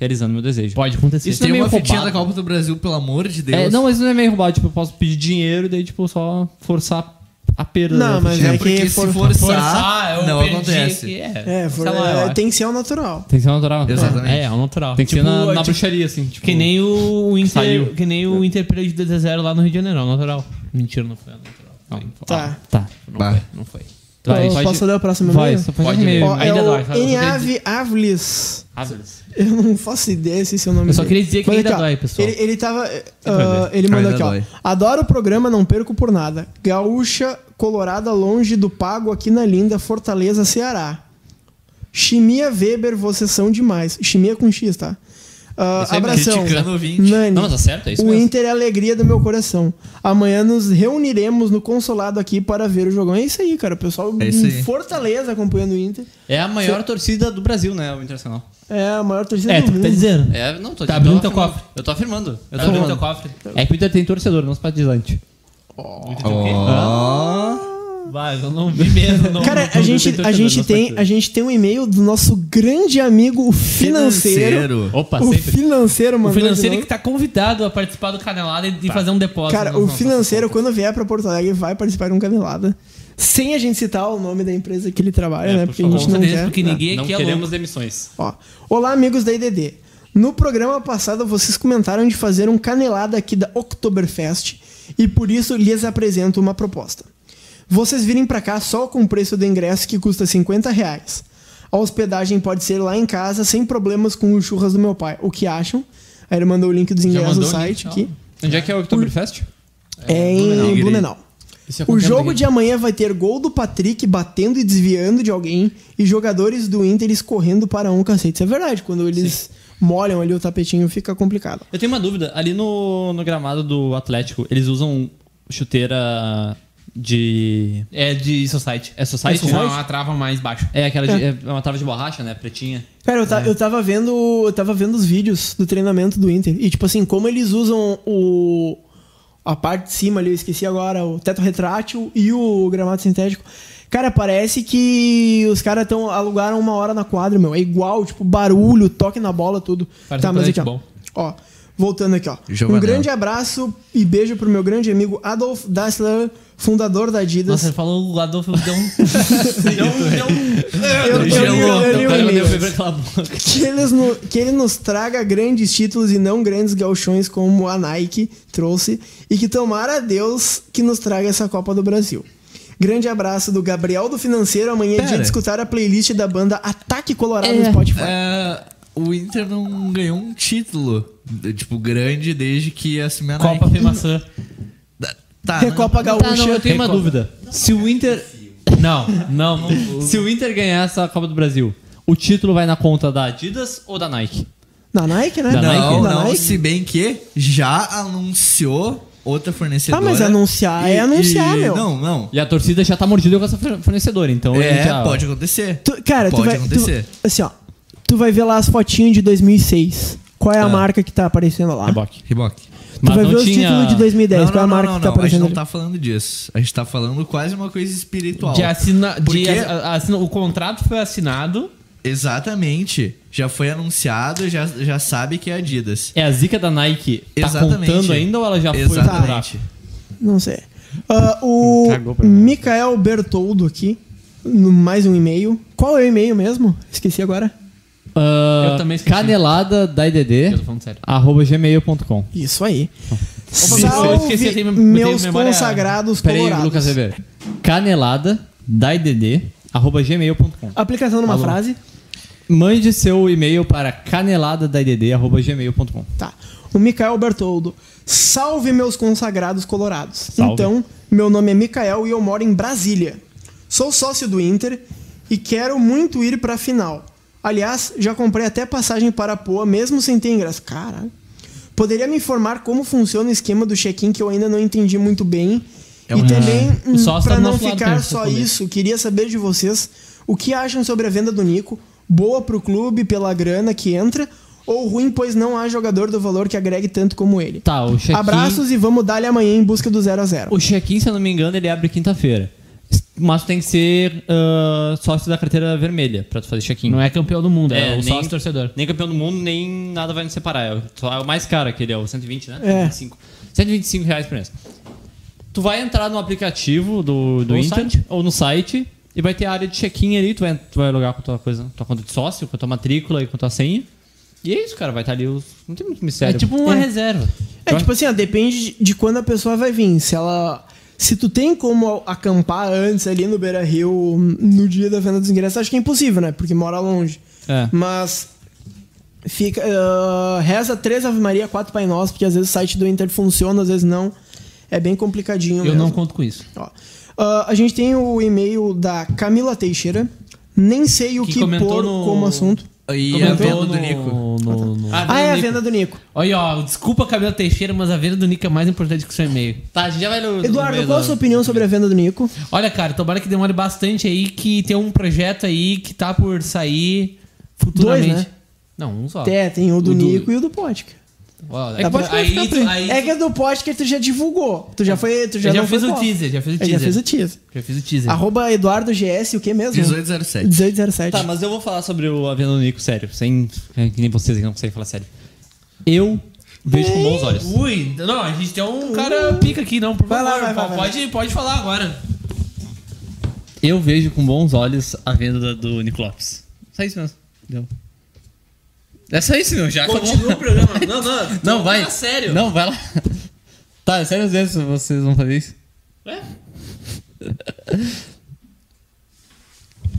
Speaker 1: Realizando meu desejo.
Speaker 3: Pode acontecer.
Speaker 1: Isso
Speaker 4: Tem
Speaker 1: não é
Speaker 4: uma
Speaker 1: meio
Speaker 4: fitinha da
Speaker 1: roubado?
Speaker 4: Copa do Brasil, pelo amor de Deus.
Speaker 1: É, não, mas não é meio roubado. Tipo, eu posso pedir dinheiro e daí, tipo, só forçar a perda.
Speaker 2: Não,
Speaker 1: da
Speaker 2: mas
Speaker 1: fitinha.
Speaker 2: é
Speaker 4: É
Speaker 2: que
Speaker 4: porque
Speaker 2: for-
Speaker 4: se forçar,
Speaker 3: Forçar, é eu
Speaker 4: não
Speaker 3: perdi
Speaker 4: acontece.
Speaker 3: aqui,
Speaker 2: É, for-
Speaker 3: Sei lá, eu
Speaker 2: é, tem que ser o natural.
Speaker 1: Tem que ser natural.
Speaker 4: Exatamente.
Speaker 3: É, é o natural.
Speaker 1: Tem que ser
Speaker 3: Tipo,
Speaker 1: na,
Speaker 3: é
Speaker 1: na
Speaker 3: tipo-
Speaker 1: bruxaria, assim. Tipo,
Speaker 3: Que nem o Inter,
Speaker 1: Saiu.
Speaker 3: que nem o Inter perdeu de é um 2 a 0 lá no Rio de Janeiro, é o é um natural. Mentira, não foi o natural.
Speaker 1: Não,
Speaker 2: Tá.
Speaker 1: tá.
Speaker 4: Bah.
Speaker 3: Não foi.
Speaker 5: Vai,
Speaker 2: Eu
Speaker 5: pode-
Speaker 2: posso ler o próximo
Speaker 5: Vai,
Speaker 2: e-mail?
Speaker 5: só faz
Speaker 3: Pode
Speaker 5: um
Speaker 3: ler.
Speaker 5: e-mail.
Speaker 2: Ó, é
Speaker 3: Ainda
Speaker 2: o
Speaker 3: dá, eu só queria
Speaker 2: Enave Avlis.
Speaker 5: Avlis.
Speaker 2: Eu não faço ideia se esse é o nome
Speaker 3: Eu só
Speaker 2: dele.
Speaker 3: queria dizer que
Speaker 2: Mas
Speaker 3: ainda
Speaker 2: aqui, ó,
Speaker 3: dói, pessoal.
Speaker 2: Ele, ele tava. eh,
Speaker 4: Sempre
Speaker 2: ah,
Speaker 4: vai ver.
Speaker 2: ele manda
Speaker 4: Ainda
Speaker 2: aqui, ó.
Speaker 4: dói.
Speaker 2: Adoro o programa, não perco por nada. Gaúcha, Colorada, longe do pago, aqui na linda Fortaleza, Ceará. Chimia Weber, vocês são demais. Chimia com X, tá? Ah,
Speaker 4: É sempre
Speaker 2: abração.
Speaker 4: criticando o ouvinte.
Speaker 2: Nani.
Speaker 5: Não, mas tá certo, é isso
Speaker 2: o
Speaker 5: mesmo.
Speaker 2: Inter é a alegria do meu coração. Amanhã nos reuniremos no Consolado aqui para ver o jogão. É isso aí, cara. O pessoal
Speaker 4: É isso
Speaker 2: em
Speaker 4: aí.
Speaker 2: Fortaleza acompanhando o Inter.
Speaker 5: É a maior torcida do Brasil, né? O Internacional.
Speaker 2: É a maior torcida
Speaker 1: É, tu
Speaker 2: do mundo.
Speaker 1: que tá dizendo.
Speaker 5: É, não, tô
Speaker 3: Tá abrindo
Speaker 5: eu
Speaker 3: teu
Speaker 5: tô afirmando.
Speaker 3: cofre.
Speaker 5: Eu tô afirmando. Eu tô
Speaker 3: Tá abrindo
Speaker 5: afirmando.
Speaker 3: teu cofre.
Speaker 1: É que o Inter tem torcedor, não os simpatizantes.
Speaker 3: Vai, eu não vi mesmo. Não,
Speaker 2: Cara,
Speaker 3: não-
Speaker 2: a
Speaker 3: não
Speaker 2: gente,
Speaker 3: tentei
Speaker 2: a, gente
Speaker 3: torcedor,
Speaker 2: tem,
Speaker 3: não
Speaker 2: a gente tem um e-mail do nosso grande amigo, o financeiro.
Speaker 1: Opa,
Speaker 2: O
Speaker 1: sempre.
Speaker 2: financeiro,
Speaker 3: O
Speaker 2: mano.
Speaker 3: financeiro que tá convidado a participar do Canelada e e fazer um depósito.
Speaker 2: Cara,
Speaker 3: Não,
Speaker 2: o
Speaker 3: não, não.
Speaker 2: financeiro, quando vier pra Porto Alegre, vai participar de um canelada. Sem a gente citar o nome da empresa que ele trabalha, né? Porque a
Speaker 3: É, Com
Speaker 2: gente não
Speaker 3: certeza,
Speaker 2: quer.
Speaker 3: porque ninguém
Speaker 5: Não
Speaker 3: aqui é louco.
Speaker 5: queremos demissões.
Speaker 2: Ó. Olá, amigos da IDD. No programa passado, vocês comentaram de fazer um canelada aqui da Oktoberfest e por isso lhes apresento uma proposta. Vocês virem pra cá só com o preço do ingresso que custa 50 reais. A hospedagem pode ser lá em casa sem problemas com o churras do meu pai. O que acham? Aí ele mandou o link dos ingressos no
Speaker 3: mandou o link,
Speaker 2: site
Speaker 3: ó.
Speaker 2: aqui.
Speaker 5: Onde é que é o Oktoberfest?
Speaker 2: É em Blumenau.
Speaker 1: Isso é
Speaker 2: O
Speaker 1: qualquer
Speaker 2: jogo
Speaker 1: lugar.
Speaker 2: de amanhã vai ter gol do Patrick batendo e desviando de alguém e jogadores do Inter escorrendo para um cacete. Isso é verdade, quando eles molham ali o tapetinho fica complicado.
Speaker 5: Eu tenho uma dúvida. Ali no, no gramado do Atlético, eles usam chuteira de.
Speaker 3: É de Society.
Speaker 5: É
Speaker 2: né?
Speaker 5: society?
Speaker 3: Não, uma trava mais baixa.
Speaker 5: É aquela de, é uma trava de borracha, né? Pretinha.
Speaker 2: Cara, eu, ta-
Speaker 3: É.
Speaker 2: eu tava vendo. Eu tava vendo os vídeos do treinamento do Inter. E tipo assim, como eles usam o. A parte de cima ali, eu esqueci agora, o teto retrátil e o gramado sintético. Cara, parece que os caras tão, alugaram uma hora na quadra, meu. É igual, tipo, barulho, toque na bola, tudo.
Speaker 3: Parece
Speaker 2: tá,
Speaker 3: um
Speaker 2: mas aqui,
Speaker 3: planeta
Speaker 2: ó.
Speaker 3: bom. é
Speaker 2: Ó, voltando aqui, ó.
Speaker 4: Giovanel.
Speaker 2: Um grande abraço e beijo pro meu grande amigo Adolf Dassler, fundador da Adidas.
Speaker 3: Nossa, ele falou o Adolfo deu um.
Speaker 2: <laughs> eu, eu, li- eu li o e-mail.
Speaker 5: Aquela boca.
Speaker 2: que, eles no- que ele nos traga grandes títulos e não grandes galchões como a Nike trouxe. E que tomara a Deus que nos traga essa Copa do Brasil. Grande abraço do Gabriel do Financeiro. Amanhã é dia
Speaker 4: Pera.
Speaker 2: de escutar a playlist da banda Ataque Colorado no Spotify.
Speaker 4: É, o Inter não ganhou um título, de- tipo, grande desde que assumiu a
Speaker 3: Copa
Speaker 4: Nike.
Speaker 3: foi maçã.
Speaker 4: Da- Tá,
Speaker 2: É
Speaker 4: não-
Speaker 2: Copa Gaúcha.
Speaker 5: Tá, não, eu tenho uma
Speaker 3: Recopa.
Speaker 5: dúvida. Se o Inter.
Speaker 3: Não, não, <laughs> não.
Speaker 5: Se o Inter ganhar essa Copa do Brasil, o título vai na conta da Adidas ou da Nike?
Speaker 2: Na Nike, né?
Speaker 5: Da
Speaker 4: Não,
Speaker 5: Nike?
Speaker 4: não,
Speaker 2: Na Nike?
Speaker 4: se bem que já anunciou outra fornecedora.
Speaker 2: Ah, mas anunciar é anunciar, meu.
Speaker 4: Não, não.
Speaker 5: E a torcida já tá mordida com essa forne- fornecedora, então. ele
Speaker 4: É,
Speaker 5: já-
Speaker 4: pode acontecer.
Speaker 2: Tu- cara,
Speaker 4: pode
Speaker 2: tu vai.
Speaker 4: acontecer.
Speaker 2: Tu, assim, ó. Tu vai ver lá as fotinhas de 2006. Qual
Speaker 4: Ah.
Speaker 2: é a marca que tá aparecendo
Speaker 4: É
Speaker 2: lá? Tu
Speaker 5: Reboque.
Speaker 4: Riboc.
Speaker 5: Mas
Speaker 2: vai
Speaker 5: não
Speaker 2: ver os
Speaker 5: tinha-
Speaker 2: títulos de 2010.
Speaker 4: não,
Speaker 2: qual é a
Speaker 4: não,
Speaker 2: marca
Speaker 4: não,
Speaker 2: que tá
Speaker 4: não, A gente
Speaker 2: aparecendo
Speaker 4: não
Speaker 2: ali?
Speaker 4: tá falando disso. A gente tá falando quase uma coisa espiritual.
Speaker 3: De assina, de
Speaker 4: Porque-
Speaker 3: a- assina- o contrato foi assinado.
Speaker 4: Exatamente. Já foi anunciado, já, já sabe que é Adidas.
Speaker 5: É a zica da Nike. Tá
Speaker 4: Exatamente.
Speaker 5: contando ainda ou ela já foi pro buraco?
Speaker 4: Exatamente.
Speaker 2: Não sei. Ah,
Speaker 3: Hum,
Speaker 2: o
Speaker 1: Cagou pra mim.
Speaker 2: Micael Bertoldo aqui. no- mais um e-mail. Qual é o e-mail mesmo? Esqueci agora.
Speaker 5: Ah,
Speaker 3: Eu também esqueci.
Speaker 5: Canelada da
Speaker 3: Eu
Speaker 5: IDD,
Speaker 3: tô falando sério.
Speaker 5: arroba gmail.com.
Speaker 2: Isso aí.
Speaker 3: eu esqueci, eu
Speaker 2: Salve
Speaker 3: tenho- eu tenho
Speaker 2: meus
Speaker 3: memória-
Speaker 2: consagrados
Speaker 5: Peraí,
Speaker 2: colorados.
Speaker 5: Lucas Weber. Canelada da IDD, arroba gmail.com.
Speaker 2: Aplicação numa frase.
Speaker 5: Mande seu e-mail para caneladadaidd.gmail.com.
Speaker 2: Tá. O Micael Bertoldo. Salve, meus consagrados colorados.
Speaker 5: Salve.
Speaker 2: Então, meu nome é Micael e eu moro em Brasília. Sou sócio do Inter e quero muito ir pra final. Aliás, já comprei até passagem para Poa, mesmo sem ter ingresso. Caralho. Poderia me informar como funciona o esquema do check-in que eu ainda não entendi muito bem. e também,
Speaker 3: o sócio tá
Speaker 2: para
Speaker 3: do
Speaker 2: não
Speaker 3: nosso lado
Speaker 2: ficar
Speaker 3: mesmo,
Speaker 2: só
Speaker 3: pra comer.
Speaker 2: isso, queria saber de vocês o que acham sobre a venda do Nico. Boa pro clube pela grana que entra ou ruim, pois não há jogador do valor que agregue tanto como ele.
Speaker 5: Tá, o check-in.
Speaker 2: Abraços e vamos dar-lhe amanhã em busca do 0 a 0
Speaker 5: O check-in, se eu não me engano, ele abre quinta-feira. Mas tu tem que ser ah, sócio da carteira vermelha pra tu fazer check-in.
Speaker 3: Não é campeão do mundo, é,
Speaker 5: É,
Speaker 3: o
Speaker 5: nem-
Speaker 3: sócio torcedor.
Speaker 5: Nem campeão do mundo, nem nada vai nos separar. É o- só é o mais caro aquele, é o 120, né?
Speaker 2: É.
Speaker 5: 125. 125 reais por mês. Tu vai entrar no aplicativo do, do
Speaker 3: Ou no
Speaker 5: Inter
Speaker 3: site.
Speaker 5: ou no site e vai ter a área de check-in ali. Tu vai, tu vai logar com a tua, coisa, tua conta de sócio, com a tua matrícula e com a tua senha. E é isso, cara. Vai estar ali os. Não tem muito
Speaker 3: É
Speaker 5: mistério.
Speaker 3: tipo uma reserva.
Speaker 2: É tipo assim, ó, depende de- de quando a pessoa vai vir. Se ela se tu tem como acampar antes ali no Beira Rio no dia da venda dos ingressos, acho que é impossível, né? Porque mora longe.
Speaker 5: É.
Speaker 2: Mas fica, ah, reza três Ave Maria, quatro Pai Nosso, porque às vezes o site do Inter funciona, às vezes não. É bem complicadinho
Speaker 3: Eu
Speaker 2: mesmo.
Speaker 3: não conto com isso.
Speaker 2: Ó. Ah, a gente tem o e-mail da Camila Teixeira. Nem sei o
Speaker 3: Que
Speaker 2: que,
Speaker 3: comentou
Speaker 2: pôr
Speaker 3: no-
Speaker 2: como assunto.
Speaker 4: E a
Speaker 3: Comentou
Speaker 4: venda do
Speaker 3: no-
Speaker 4: Nico.
Speaker 3: no- no-
Speaker 2: Ah, é a venda do Nico.
Speaker 3: Olha, ó, desculpa, Camila Teixeira, mas a venda do Nick é mais importante que o seu e-mail.
Speaker 5: Tá, a gente já vai no. no
Speaker 2: Eduardo,
Speaker 5: meio
Speaker 2: qual
Speaker 5: da-
Speaker 2: a sua opinião sobre a venda do Nico?
Speaker 3: Olha, cara, tomara que demore bastante aí, que tem um projeto aí que tá por sair futuramente.
Speaker 2: Dois, né?
Speaker 3: Não, um só.
Speaker 2: É, tem o do
Speaker 3: o do-
Speaker 2: Nico e o do Potker.
Speaker 3: Ó,
Speaker 2: É que pode ficar
Speaker 3: aí, tu- aí,
Speaker 2: É que o do Potker tu já divulgou. Tu já foi. Tu já
Speaker 3: eu já
Speaker 2: não foi
Speaker 3: fiz o
Speaker 2: pós.
Speaker 3: teaser, já fiz o
Speaker 2: Eu já
Speaker 3: teaser.
Speaker 2: fiz o teaser.
Speaker 3: Já fiz o teaser.
Speaker 2: Arroba Eduardo GS, o que mesmo?
Speaker 4: 1807.
Speaker 2: 1807.
Speaker 5: Tá, mas eu vou falar sobre o Avendo do Nico, sério. Sem. é que nem vocês que não conseguem falar sério. Eu vejo com bons olhos.
Speaker 3: Ui, não, a gente tem um cara pica aqui, não, por
Speaker 2: Vai lá,
Speaker 3: favor.
Speaker 2: vai, vai,
Speaker 3: pô,
Speaker 2: vai.
Speaker 3: pode, pode falar agora.
Speaker 5: Eu vejo com bons olhos a venda da- do Nico Lopes. Só isso mesmo. Deu. É só isso, meu. Já acabou.
Speaker 3: Continua o programa.
Speaker 2: <laughs>
Speaker 3: Não, não.
Speaker 5: Não, vai.
Speaker 3: Fala sério.
Speaker 5: Não, vai lá. <laughs> Tá, é sério mesmo, vocês vão fazer isso? É.
Speaker 3: Ué?
Speaker 5: <laughs>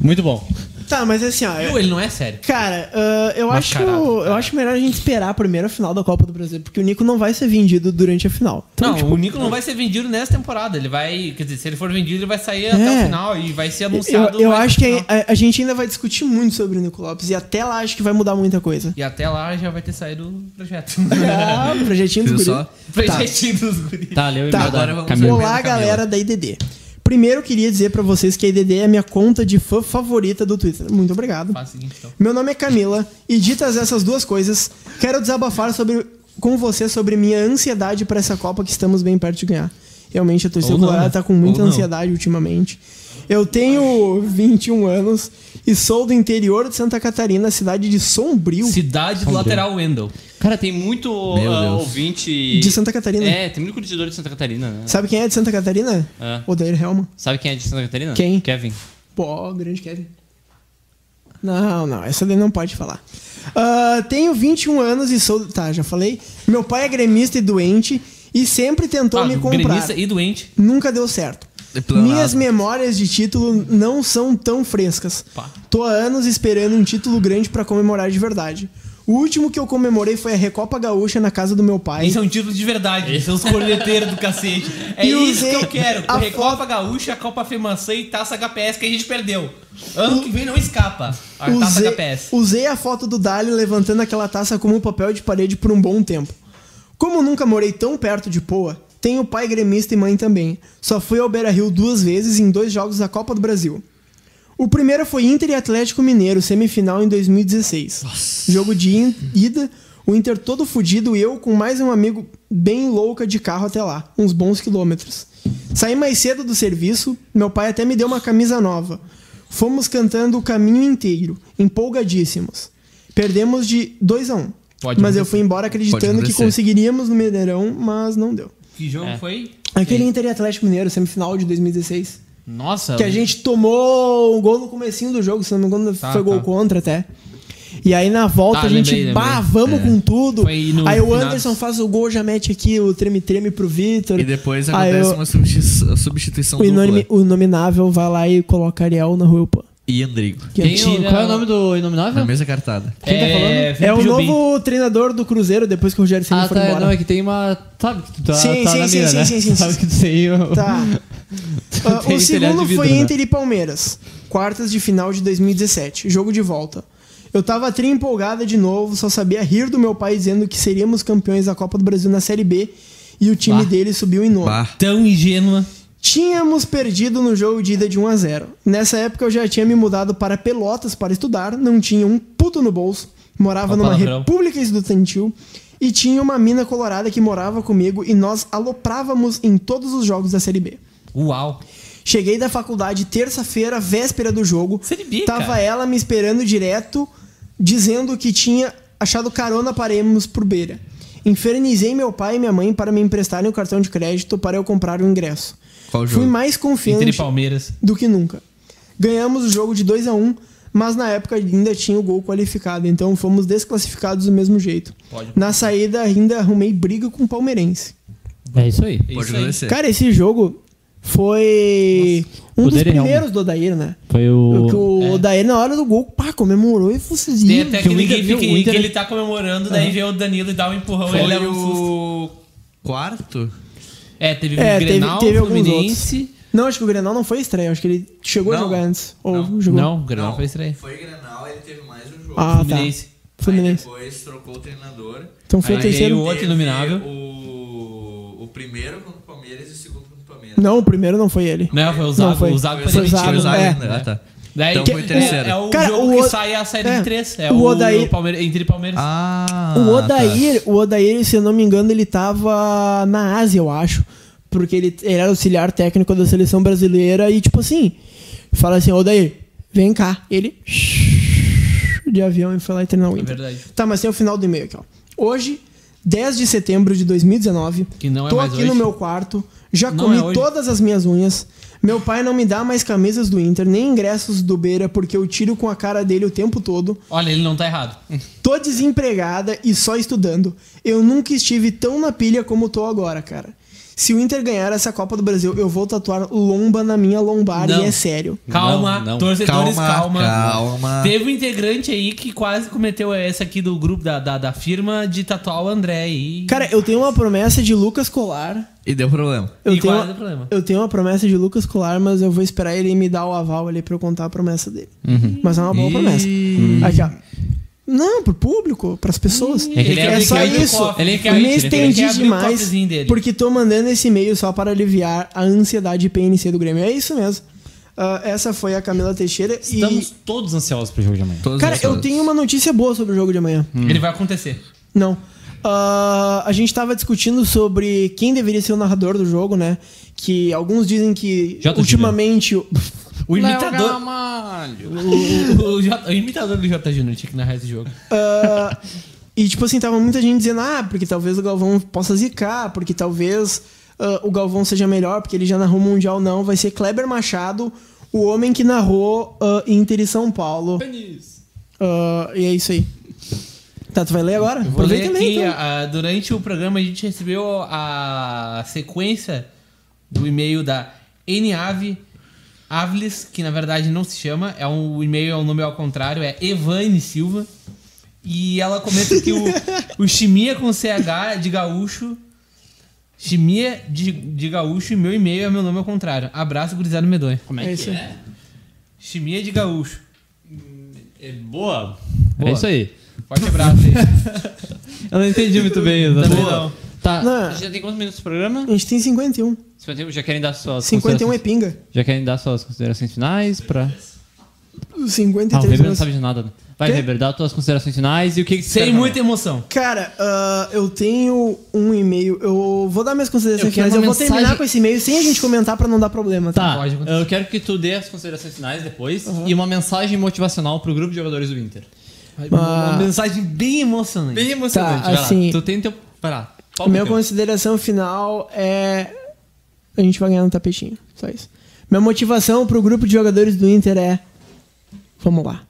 Speaker 5: Muito bom.
Speaker 2: Tá, mas assim, ó. eu-
Speaker 3: Viu? Ele não é sério.
Speaker 2: Cara, ah, eu, acho,
Speaker 3: Mascarado,
Speaker 2: eu acho melhor a gente esperar primeiro a final da Copa do Brasil, porque o Nico não vai ser vendido durante a final. Então,
Speaker 3: não,
Speaker 2: tipo,
Speaker 3: o Nico não vai ser vendido nessa temporada. Ele vai. Quer dizer, se ele for vendido, ele vai sair até
Speaker 2: É.
Speaker 3: o final e vai ser
Speaker 2: eu,
Speaker 3: anunciado.
Speaker 2: eu
Speaker 3: mais
Speaker 2: acho
Speaker 3: pro
Speaker 2: que é
Speaker 3: final.
Speaker 2: a, a gente ainda vai discutir muito sobre o Nico Lopes e até lá acho que vai mudar muita
Speaker 3: <laughs>
Speaker 2: coisa. <laughs>
Speaker 3: E até lá já vai ter saído o projeto.
Speaker 2: Ah, projetinho
Speaker 4: Viu
Speaker 2: dos
Speaker 4: só?
Speaker 2: guris.
Speaker 3: Projetinho dos guris.
Speaker 5: Tá, leu e
Speaker 2: Tá,
Speaker 4: agora
Speaker 3: né?
Speaker 4: vamos
Speaker 5: Camila.
Speaker 4: Primeiro,
Speaker 2: Olá,
Speaker 4: Camila.
Speaker 2: galera da IDD. Primeiro, eu queria dizer pra vocês que a IDD é a minha conta de fã favorita do Twitter. Muito obrigado.
Speaker 3: Faz o seguinte, então.
Speaker 2: Meu nome é Camila e ditas essas duas coisas, quero desabafar sobre, com você sobre minha ansiedade pra essa Copa que estamos bem perto de ganhar. Realmente a torcida
Speaker 3: Ou não,
Speaker 2: colorada
Speaker 3: né?
Speaker 2: tá com muita
Speaker 3: Ou não.
Speaker 2: ansiedade ultimamente. Eu tenho 21 anos e sou do interior de Santa Catarina, cidade de Sombrio.
Speaker 3: Cidade do lateral Wendel.
Speaker 5: Cara, tem muito
Speaker 4: Meu
Speaker 5: ah,
Speaker 4: Deus.
Speaker 5: ouvinte.
Speaker 2: De Santa Catarina.
Speaker 5: É, tem muito curtidor de Santa Catarina, né?
Speaker 2: Sabe quem é de Santa Catarina?
Speaker 5: É.
Speaker 2: Odair Helman.
Speaker 5: Sabe quem é de Santa Catarina?
Speaker 2: Quem?
Speaker 5: Kevin.
Speaker 2: Pô, grande Kevin. Não, não, essa daí não pode falar. Ah, tenho 21 anos e sou. Tá, já falei. Meu pai é gremista e doente e sempre tentou
Speaker 3: Ah,
Speaker 2: me comprar.
Speaker 3: gremista e doente.
Speaker 2: Nunca deu certo.
Speaker 4: Deplanado.
Speaker 2: Minhas memórias de título não são tão frescas.
Speaker 3: Pá.
Speaker 2: Tô há anos esperando um título grande pra comemorar de verdade. O último que eu comemorei foi a Recopa Gaúcha na casa do meu pai.
Speaker 3: Esse é um título de verdade. Esse é os corneteiros do cacete. É
Speaker 2: E
Speaker 3: isso
Speaker 2: usei
Speaker 3: que eu quero.
Speaker 2: a
Speaker 3: A Recopa Gaúcha, a Copa Femaçã e Taça HPS que a gente perdeu. Ano que vem não escapa. A Taça
Speaker 2: Usei,
Speaker 3: HPS.
Speaker 2: usei a foto do Dali levantando aquela taça como papel de parede por um bom tempo. Como eu nunca morei tão perto de Poa, tenho pai gremista e mãe também. Só fui ao Beira Rio duas vezes em dois jogos da Copa do Brasil. O primeiro foi Inter e Atlético Mineiro, semifinal em 2016. Jogo de in- ida, o Inter todo fudido e eu com mais um amigo bem louca de carro até lá, uns bons quilômetros. Saí mais cedo do serviço, meu pai até me deu uma camisa nova. Fomos cantando o caminho inteiro, empolgadíssimos. Perdemos de 2 a 1 um,
Speaker 3: Pode
Speaker 2: mas eu
Speaker 3: acontecer.
Speaker 2: fui embora acreditando que
Speaker 4: acontecer.
Speaker 2: conseguiríamos no Mineirão, mas não deu.
Speaker 3: Que jogo foi?
Speaker 2: Aquele Inter e Atlético Mineiro, semifinal de 2016.
Speaker 3: Nossa.
Speaker 2: Que a gente tomou um gol no comecinho do jogo, se não me engano,
Speaker 3: Tá,
Speaker 2: foi gol
Speaker 3: tá.
Speaker 2: contra até. E aí na volta
Speaker 3: Tá,
Speaker 2: a gente,
Speaker 3: lembrei,
Speaker 2: bah,
Speaker 3: lembrei.
Speaker 2: vamos com tudo.
Speaker 3: Foi no
Speaker 2: Aí o
Speaker 3: final.
Speaker 2: Anderson faz o gol, já mete aqui o treme-treme pro Vitor.
Speaker 4: E depois
Speaker 2: Aí
Speaker 4: acontece
Speaker 2: o-
Speaker 4: uma substitu- substituição
Speaker 2: Ah, o, inonimi-
Speaker 4: dupla.
Speaker 2: o inominável vai lá e coloca Ariel na Rua Pan.
Speaker 4: E Andrigo.
Speaker 2: Que
Speaker 5: Quem-
Speaker 2: antigo.
Speaker 5: qual é o nome do
Speaker 3: Ah,
Speaker 5: inominável?
Speaker 4: Na mesma cartada.
Speaker 2: Quem tá falando? É,
Speaker 3: Felipe
Speaker 2: o
Speaker 3: Jobim.
Speaker 2: novo treinador do Cruzeiro depois que o Rogério Ceni
Speaker 5: Ah,
Speaker 2: foi
Speaker 5: tá.
Speaker 2: embora.
Speaker 5: Não, é que tem uma. Sabe que tu tá,
Speaker 2: Sim,
Speaker 5: tá
Speaker 2: sim,
Speaker 5: na
Speaker 2: sim,
Speaker 5: mira,
Speaker 2: sim,
Speaker 5: né?
Speaker 2: sim,
Speaker 5: <laughs>
Speaker 2: sim,
Speaker 5: Sabe
Speaker 2: sim.
Speaker 5: que tu tem o...
Speaker 2: Tá.
Speaker 5: <laughs>
Speaker 2: Ah,
Speaker 5: Tem
Speaker 2: o
Speaker 5: telhado
Speaker 2: segundo
Speaker 5: de vidro,
Speaker 2: foi
Speaker 5: né?
Speaker 2: Inter e Palmeiras. Quartas de final de 2017. Jogo de volta. Eu tava tri empolgada de novo, só sabia rir do meu pai dizendo que seríamos campeões da Copa do Brasil na Série B e o time dele subiu em nono.
Speaker 4: Bah.
Speaker 3: Tão ingênua.
Speaker 2: Tínhamos perdido no jogo de ida de 1 a 0. Nessa época eu já tinha me mudado para Pelotas para estudar, não tinha um puto no bolso, morava
Speaker 3: Ó,
Speaker 2: numa
Speaker 3: palavrão.
Speaker 2: república estudantil e tinha uma mina colorada que morava comigo e nós aloprávamos em todos os jogos da Série B.
Speaker 3: Uau.
Speaker 2: Cheguei da faculdade terça-feira, véspera do jogo.
Speaker 3: Série B,
Speaker 2: Tava
Speaker 3: cara.
Speaker 2: ela me esperando direto, dizendo que tinha achado carona para irmos pro Beira. Infernizei meu pai e minha mãe para me emprestarem o cartão de crédito para eu comprar o ingresso.
Speaker 4: Qual
Speaker 2: Fui
Speaker 4: jogo?
Speaker 2: mais
Speaker 3: Inter e
Speaker 2: confiante
Speaker 3: Palmeiras.
Speaker 2: do que nunca. Ganhamos o jogo de 2 a 1 mas na época ainda tinha o gol qualificado, então fomos desclassificados do mesmo jeito.
Speaker 3: Pode.
Speaker 2: Na saída ainda arrumei briga com o palmeirense.
Speaker 5: É isso aí.
Speaker 3: É
Speaker 4: Pode
Speaker 3: isso aí.
Speaker 4: acontecer.
Speaker 2: Cara, esse jogo foi um dos
Speaker 1: poder é alma.
Speaker 2: primeiros do Odair, né?
Speaker 1: Foi
Speaker 2: Que
Speaker 1: o.
Speaker 2: o Odair, na hora do gol, pá, comemorou e assim, foi
Speaker 3: É. Tem até
Speaker 1: que o
Speaker 3: aquele
Speaker 1: Inter
Speaker 3: gif
Speaker 1: viu, o
Speaker 3: que,
Speaker 1: Inter-
Speaker 2: é
Speaker 3: que ele tá comemorando, daí vê o Danilo e dá um empurrão, ele
Speaker 4: Foi
Speaker 3: leva um susto.
Speaker 4: o quarto?
Speaker 3: É, teve
Speaker 2: É,
Speaker 3: o
Speaker 2: teve-
Speaker 3: Grenal,
Speaker 2: teve alguns
Speaker 3: Fluminense.
Speaker 2: <laughs> Não, acho que o Grenal não foi estreia, acho que ele chegou a
Speaker 4: Não.
Speaker 2: jogar antes. Ou
Speaker 4: Não.
Speaker 2: jogou.
Speaker 3: Não, o Grenal foi estranho.
Speaker 4: Foi Grenal, ele teve mais um jogo.
Speaker 2: Ah, tá.
Speaker 3: Fluminense.
Speaker 2: Fluminense.
Speaker 4: depois trocou o treinador.
Speaker 2: Então foi
Speaker 3: Aí
Speaker 2: o
Speaker 3: veio
Speaker 2: terceiro.
Speaker 3: o outro
Speaker 4: Teve
Speaker 3: iluminável.
Speaker 4: O, o primeiro contra o Palmeiras e o segundo contra o Palmeiras.
Speaker 2: Não, o primeiro não foi ele.
Speaker 3: Não, foi o
Speaker 2: Não,
Speaker 3: Zago.
Speaker 2: foi.
Speaker 3: O Zago foi
Speaker 2: Foi o
Speaker 4: Mentira,
Speaker 2: Zago,
Speaker 3: demitido.
Speaker 4: Zago
Speaker 2: é.
Speaker 4: ainda. Ah, tá.
Speaker 3: Daí,
Speaker 4: Então
Speaker 3: que-
Speaker 4: foi o terceiro.
Speaker 3: É, é o
Speaker 2: Cara,
Speaker 3: jogo
Speaker 2: o
Speaker 3: que
Speaker 2: O-
Speaker 3: sai a saída
Speaker 2: é.
Speaker 3: de três. É
Speaker 2: O
Speaker 3: o,
Speaker 2: Odair-
Speaker 3: Palmeiras, entre Palmeiras.
Speaker 4: Ah,
Speaker 2: o Odair,
Speaker 3: tá.
Speaker 2: o Odair, se eu não me engano, ele tava na Ásia, eu acho. Porque ele, ele era auxiliar técnico da seleção brasileira e, tipo assim, fala assim, Odair, vem cá. Ele <laughs> de avião e foi lá e treinar o
Speaker 3: É
Speaker 2: Inter.
Speaker 3: verdade.
Speaker 2: Tá, mas tem o final do e-mail aqui, ó. Hoje, 10 de setembro de 2019.
Speaker 3: Que não é
Speaker 2: tô
Speaker 3: mais
Speaker 2: aqui
Speaker 3: hoje.
Speaker 2: no meu quarto, já
Speaker 3: Não
Speaker 2: comi
Speaker 3: é hoje.
Speaker 2: todas as minhas unhas. Meu pai não me dá mais camisas do Inter, nem ingressos do Beira, porque eu tiro com a cara dele o tempo todo.
Speaker 3: Olha, ele não tá errado.
Speaker 2: Tô desempregada e só estudando. Eu nunca estive tão na pilha como tô agora, cara. Se o Inter ganhar essa Copa do Brasil, eu vou tatuar lomba na minha lombar
Speaker 3: Não.
Speaker 2: e é sério.
Speaker 3: Calma,
Speaker 1: Não, não.
Speaker 3: torcedores, calma.
Speaker 4: Calma, calma.
Speaker 3: Teve um integrante aí que quase cometeu essa aqui do grupo da, da, da firma de tatuar o André aí.
Speaker 2: Cara, eu tenho uma promessa de Lucas Colar.
Speaker 4: tá. E deu problema.
Speaker 2: Eu
Speaker 3: E
Speaker 2: tenho,
Speaker 3: qual é o problema?
Speaker 2: eu tenho uma promessa de Lucas Colar, mas eu vou esperar ele me dar o aval ali pra eu contar a promessa dele.
Speaker 3: Uhum.
Speaker 2: Mas é uma boa promessa. Aqui, ó. Não, pro público, pras pessoas.
Speaker 1: que ele
Speaker 2: é
Speaker 1: abre
Speaker 2: só
Speaker 1: o cofre.
Speaker 2: isso.
Speaker 1: Ele quer
Speaker 2: Eu
Speaker 1: abrir,
Speaker 2: me
Speaker 1: ele
Speaker 2: estendi
Speaker 3: quer abrir o
Speaker 2: demais
Speaker 3: cofrezinho dele.
Speaker 2: porque tô mandando esse e-mail só para aliviar a ansiedade PNC do Grêmio. É isso mesmo. Ah, essa foi a Camila Teixeira.
Speaker 1: Estamos
Speaker 2: E,
Speaker 1: todos ansiosos pro jogo de amanhã.
Speaker 4: Todos
Speaker 2: cara,
Speaker 4: os
Speaker 2: eu
Speaker 4: outros.
Speaker 2: tenho uma notícia boa sobre o jogo de amanhã.
Speaker 3: Ele vai acontecer.
Speaker 2: Não. Ah, a gente tava discutindo sobre quem deveria ser o narrador do jogo, né? Que alguns dizem que
Speaker 1: Jota
Speaker 2: ultimamente. o-
Speaker 3: O imitador. <laughs> O, o- o J- o imitador do J. Júnior tinha que narrar esse jogo.
Speaker 2: Ah, e tipo assim, tava muita gente dizendo, ah, porque talvez o Galvão possa zicar, porque talvez ah, o Galvão seja melhor, porque ele já narrou Mundial, não. Vai ser Kleber Machado, o homem que narrou ah, Inter e São Paulo. Ah, e é isso aí. Tá, tu vai ler agora?
Speaker 3: Eu Vou ler
Speaker 2: Aproveita e lê,
Speaker 3: aqui,
Speaker 2: então.
Speaker 3: ah, durante o programa a gente recebeu a sequência do e-mail da Nave Avlis, que na verdade não se chama, é um o e-mail é um nome ao contrário, é Evane Silva. E ela comenta que o,
Speaker 2: <laughs>
Speaker 3: o Chimia com CH de gaúcho, Chimia de, de gaúcho e meu e-mail é meu nome ao contrário. Abraço, gurizada medonha.
Speaker 1: Como
Speaker 2: É isso aí.
Speaker 3: Chimia de gaúcho.
Speaker 1: Boa.
Speaker 3: Boa.
Speaker 1: É isso aí.
Speaker 3: Forte abraço
Speaker 2: <laughs>
Speaker 3: aí.
Speaker 1: Eu não entendi muito bem. Boa.
Speaker 3: Também não.
Speaker 1: Tá.
Speaker 2: Não.
Speaker 1: Já tem quantos minutos do programa?
Speaker 2: A gente tem 51.
Speaker 1: 51. Já querem dar suas
Speaker 2: 51 é
Speaker 1: considerações?
Speaker 2: pinga.
Speaker 1: Já querem dar suas considerações finais pra. Ah, o
Speaker 2: 53
Speaker 1: Weber não
Speaker 2: anos.
Speaker 1: sabe de nada. né? Vai,
Speaker 2: um Quê?
Speaker 1: Weber, dá tuas considerações finais e o que, que tu
Speaker 3: Sem
Speaker 1: quer falar?
Speaker 3: muita emoção.
Speaker 2: Cara, ah, eu tenho um e-mail. Eu vou dar minhas
Speaker 1: Eu
Speaker 2: considerações
Speaker 1: quero
Speaker 2: finais.
Speaker 1: uma
Speaker 2: Eu vou
Speaker 1: mensagem-
Speaker 2: terminar com esse e-mail sem a gente comentar pra não dar problema. Uhum.
Speaker 1: Tá,
Speaker 3: Pode acontecer.
Speaker 1: eu quero que tu dê as considerações finais depois e uma mensagem motivacional pro grupo de jogadores do Inter.
Speaker 3: Uma,
Speaker 4: Ah.
Speaker 3: uma mensagem bem emocionante.
Speaker 1: Bem emocionante,
Speaker 2: Ah, Tá,
Speaker 1: vai lá.
Speaker 2: assim-
Speaker 1: Tu tem teu... Vai lá.
Speaker 2: A
Speaker 1: Palma
Speaker 2: minha
Speaker 1: teu.
Speaker 2: consideração final é. A gente vai ganhar no tapetinho. Só isso. Minha motivação pro grupo de jogadores do Inter é. Vamos lá.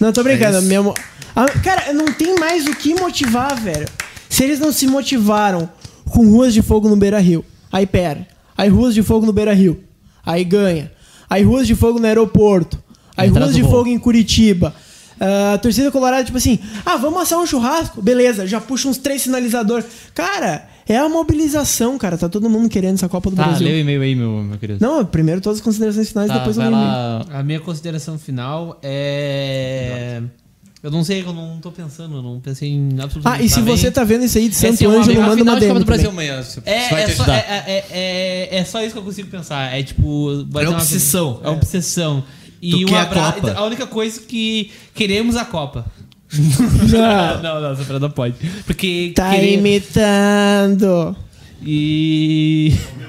Speaker 2: Não, tô
Speaker 1: É
Speaker 2: brincando. minha mo- Ah, Cara, não tem mais o que motivar, velho. Se eles não se motivaram com Ruas de Fogo no Beira Rio, aí pera. Aí Ruas de Fogo no Beira Rio, aí ganha. Aí Ruas de Fogo no aeroporto, aí
Speaker 1: Atrás
Speaker 2: Ruas
Speaker 1: do
Speaker 2: de
Speaker 1: gol.
Speaker 2: Fogo em Curitiba. Ah, a torcida colorada, tipo assim, ah, vamos assar um churrasco? Beleza, já puxa uns três sinalizadores. Cara, é a mobilização, cara. Tá todo mundo querendo essa Copa do
Speaker 1: Tá,
Speaker 2: Brasil.
Speaker 1: lê o e-mail aí, meu, meu querido.
Speaker 2: Não, primeiro todas as considerações finais,
Speaker 1: tá,
Speaker 2: depois eu
Speaker 1: vai
Speaker 2: leio o e-mail.
Speaker 1: lá.
Speaker 3: A minha consideração final é. Eu não sei, eu não tô pensando, eu não pensei em absolutamente
Speaker 2: Ah, e se
Speaker 3: nada.
Speaker 2: você tá vendo isso aí de Santo
Speaker 3: Essa é uma
Speaker 2: Ângelo,
Speaker 3: bem-
Speaker 2: manda
Speaker 1: Afinal
Speaker 2: uma
Speaker 1: de Copa
Speaker 2: DM
Speaker 1: do Brasil
Speaker 2: também.
Speaker 1: amanhã, você
Speaker 3: É,
Speaker 1: vai
Speaker 3: é
Speaker 1: ter que
Speaker 3: só,
Speaker 1: estudar.
Speaker 3: é, é- é- é só isso que eu consigo pensar. É tipo. vai
Speaker 4: É
Speaker 3: ter uma-
Speaker 4: obsessão.
Speaker 3: É obsessão. E
Speaker 4: Tu
Speaker 3: um
Speaker 4: quer a
Speaker 3: abra-
Speaker 4: Copa.
Speaker 3: a única coisa que queremos é a
Speaker 2: <laughs>
Speaker 3: Copa.
Speaker 2: Ah.
Speaker 3: <laughs> não, não, essa frase não pode. Porque
Speaker 2: Tá
Speaker 3: queremos-
Speaker 2: imitando.
Speaker 3: E.
Speaker 4: é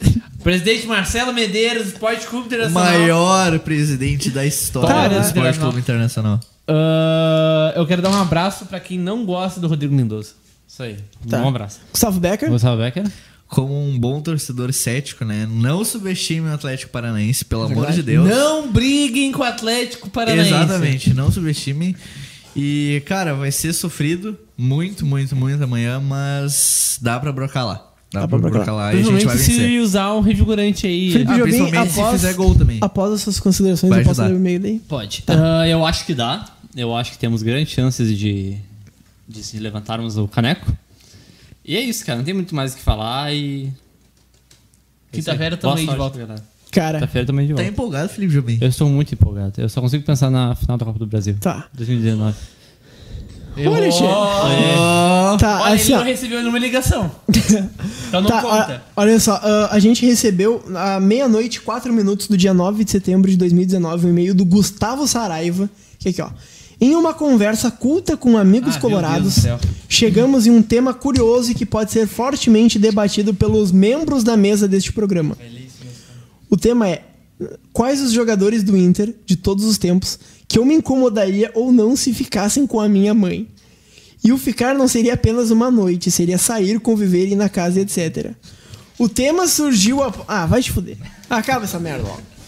Speaker 3: <laughs> Presidente Marcelo Medeiros, Esporte Clube
Speaker 4: O
Speaker 3: Internacional.
Speaker 4: maior presidente da história
Speaker 3: Cara,
Speaker 4: do Esporte
Speaker 3: internacional.
Speaker 4: Clube Internacional.
Speaker 3: Ah, eu quero dar um abraço pra quem não gosta do Rodrigo Lindoso.
Speaker 1: Isso aí.
Speaker 2: Tá.
Speaker 1: Um abraço.
Speaker 2: Gustavo Becker?
Speaker 1: Gustavo Becker?
Speaker 4: Como um bom torcedor cético, né? Não subestime o Atlético Paranaense, pelo amor de Deus.
Speaker 3: É Não briguem com o Atlético Paranaense.
Speaker 4: Exatamente, não subestime. E, cara, vai ser sofrido muito, muito, muito amanhã, mas dá pra brocar lá. Dá
Speaker 2: Dá
Speaker 4: pra
Speaker 2: pra
Speaker 4: brocar
Speaker 2: brocar.
Speaker 4: lá e a gente vai
Speaker 3: Principalmente
Speaker 4: vencer.
Speaker 3: se usar um revigorante aí.
Speaker 2: Felipe
Speaker 4: Ah,
Speaker 2: Jobim,
Speaker 4: principalmente se
Speaker 2: após-
Speaker 4: fizer gol também.
Speaker 2: Após essas considerações,
Speaker 4: Vai
Speaker 2: eu posso
Speaker 4: ajudar.
Speaker 2: ler o e-mail daí?
Speaker 1: Pode. Ah, eu acho que dá. Eu acho que temos grandes chances de, de se levantarmos o caneco. E é isso, cara. Não tem muito mais o que falar e. é
Speaker 3: Quinta-feira
Speaker 1: Boa
Speaker 3: também de
Speaker 1: sorte,
Speaker 3: volta.
Speaker 1: galera.
Speaker 2: Cara,
Speaker 1: Quinta-feira também de
Speaker 4: Tá
Speaker 1: volta.
Speaker 4: empolgado, Felipe Jobim.
Speaker 1: Eu estou muito empolgado. Eu só consigo pensar na final da Copa do Brasil.
Speaker 2: tá.
Speaker 1: 2019.
Speaker 2: Olha, Xê. Tá,
Speaker 3: Olha,
Speaker 2: assim,
Speaker 3: ele
Speaker 2: ó.
Speaker 3: não recebeu nenhuma ligação. <laughs> então não
Speaker 2: Tá,
Speaker 3: conta.
Speaker 2: ó, olha só, ah, a gente recebeu à meia-noite, 4 minutos do dia 9 de setembro de 2019, um e-mail do Gustavo Saraiva, que é aqui, ó. Em uma conversa culta com um amigos
Speaker 3: Ah, meu Deus
Speaker 2: colorados,
Speaker 3: do céu.
Speaker 2: chegamos em um tema curioso e que pode ser fortemente debatido pelos membros da mesa deste programa. O tema é: quais os jogadores do Inter de todos os tempos que eu me incomodaria ou não se ficassem com a minha mãe? E o ficar não seria apenas uma noite, seria sair, conviver, ir na casa, e etc. O tema surgiu. A... Ah, vai te fuder. Acaba essa merda logo.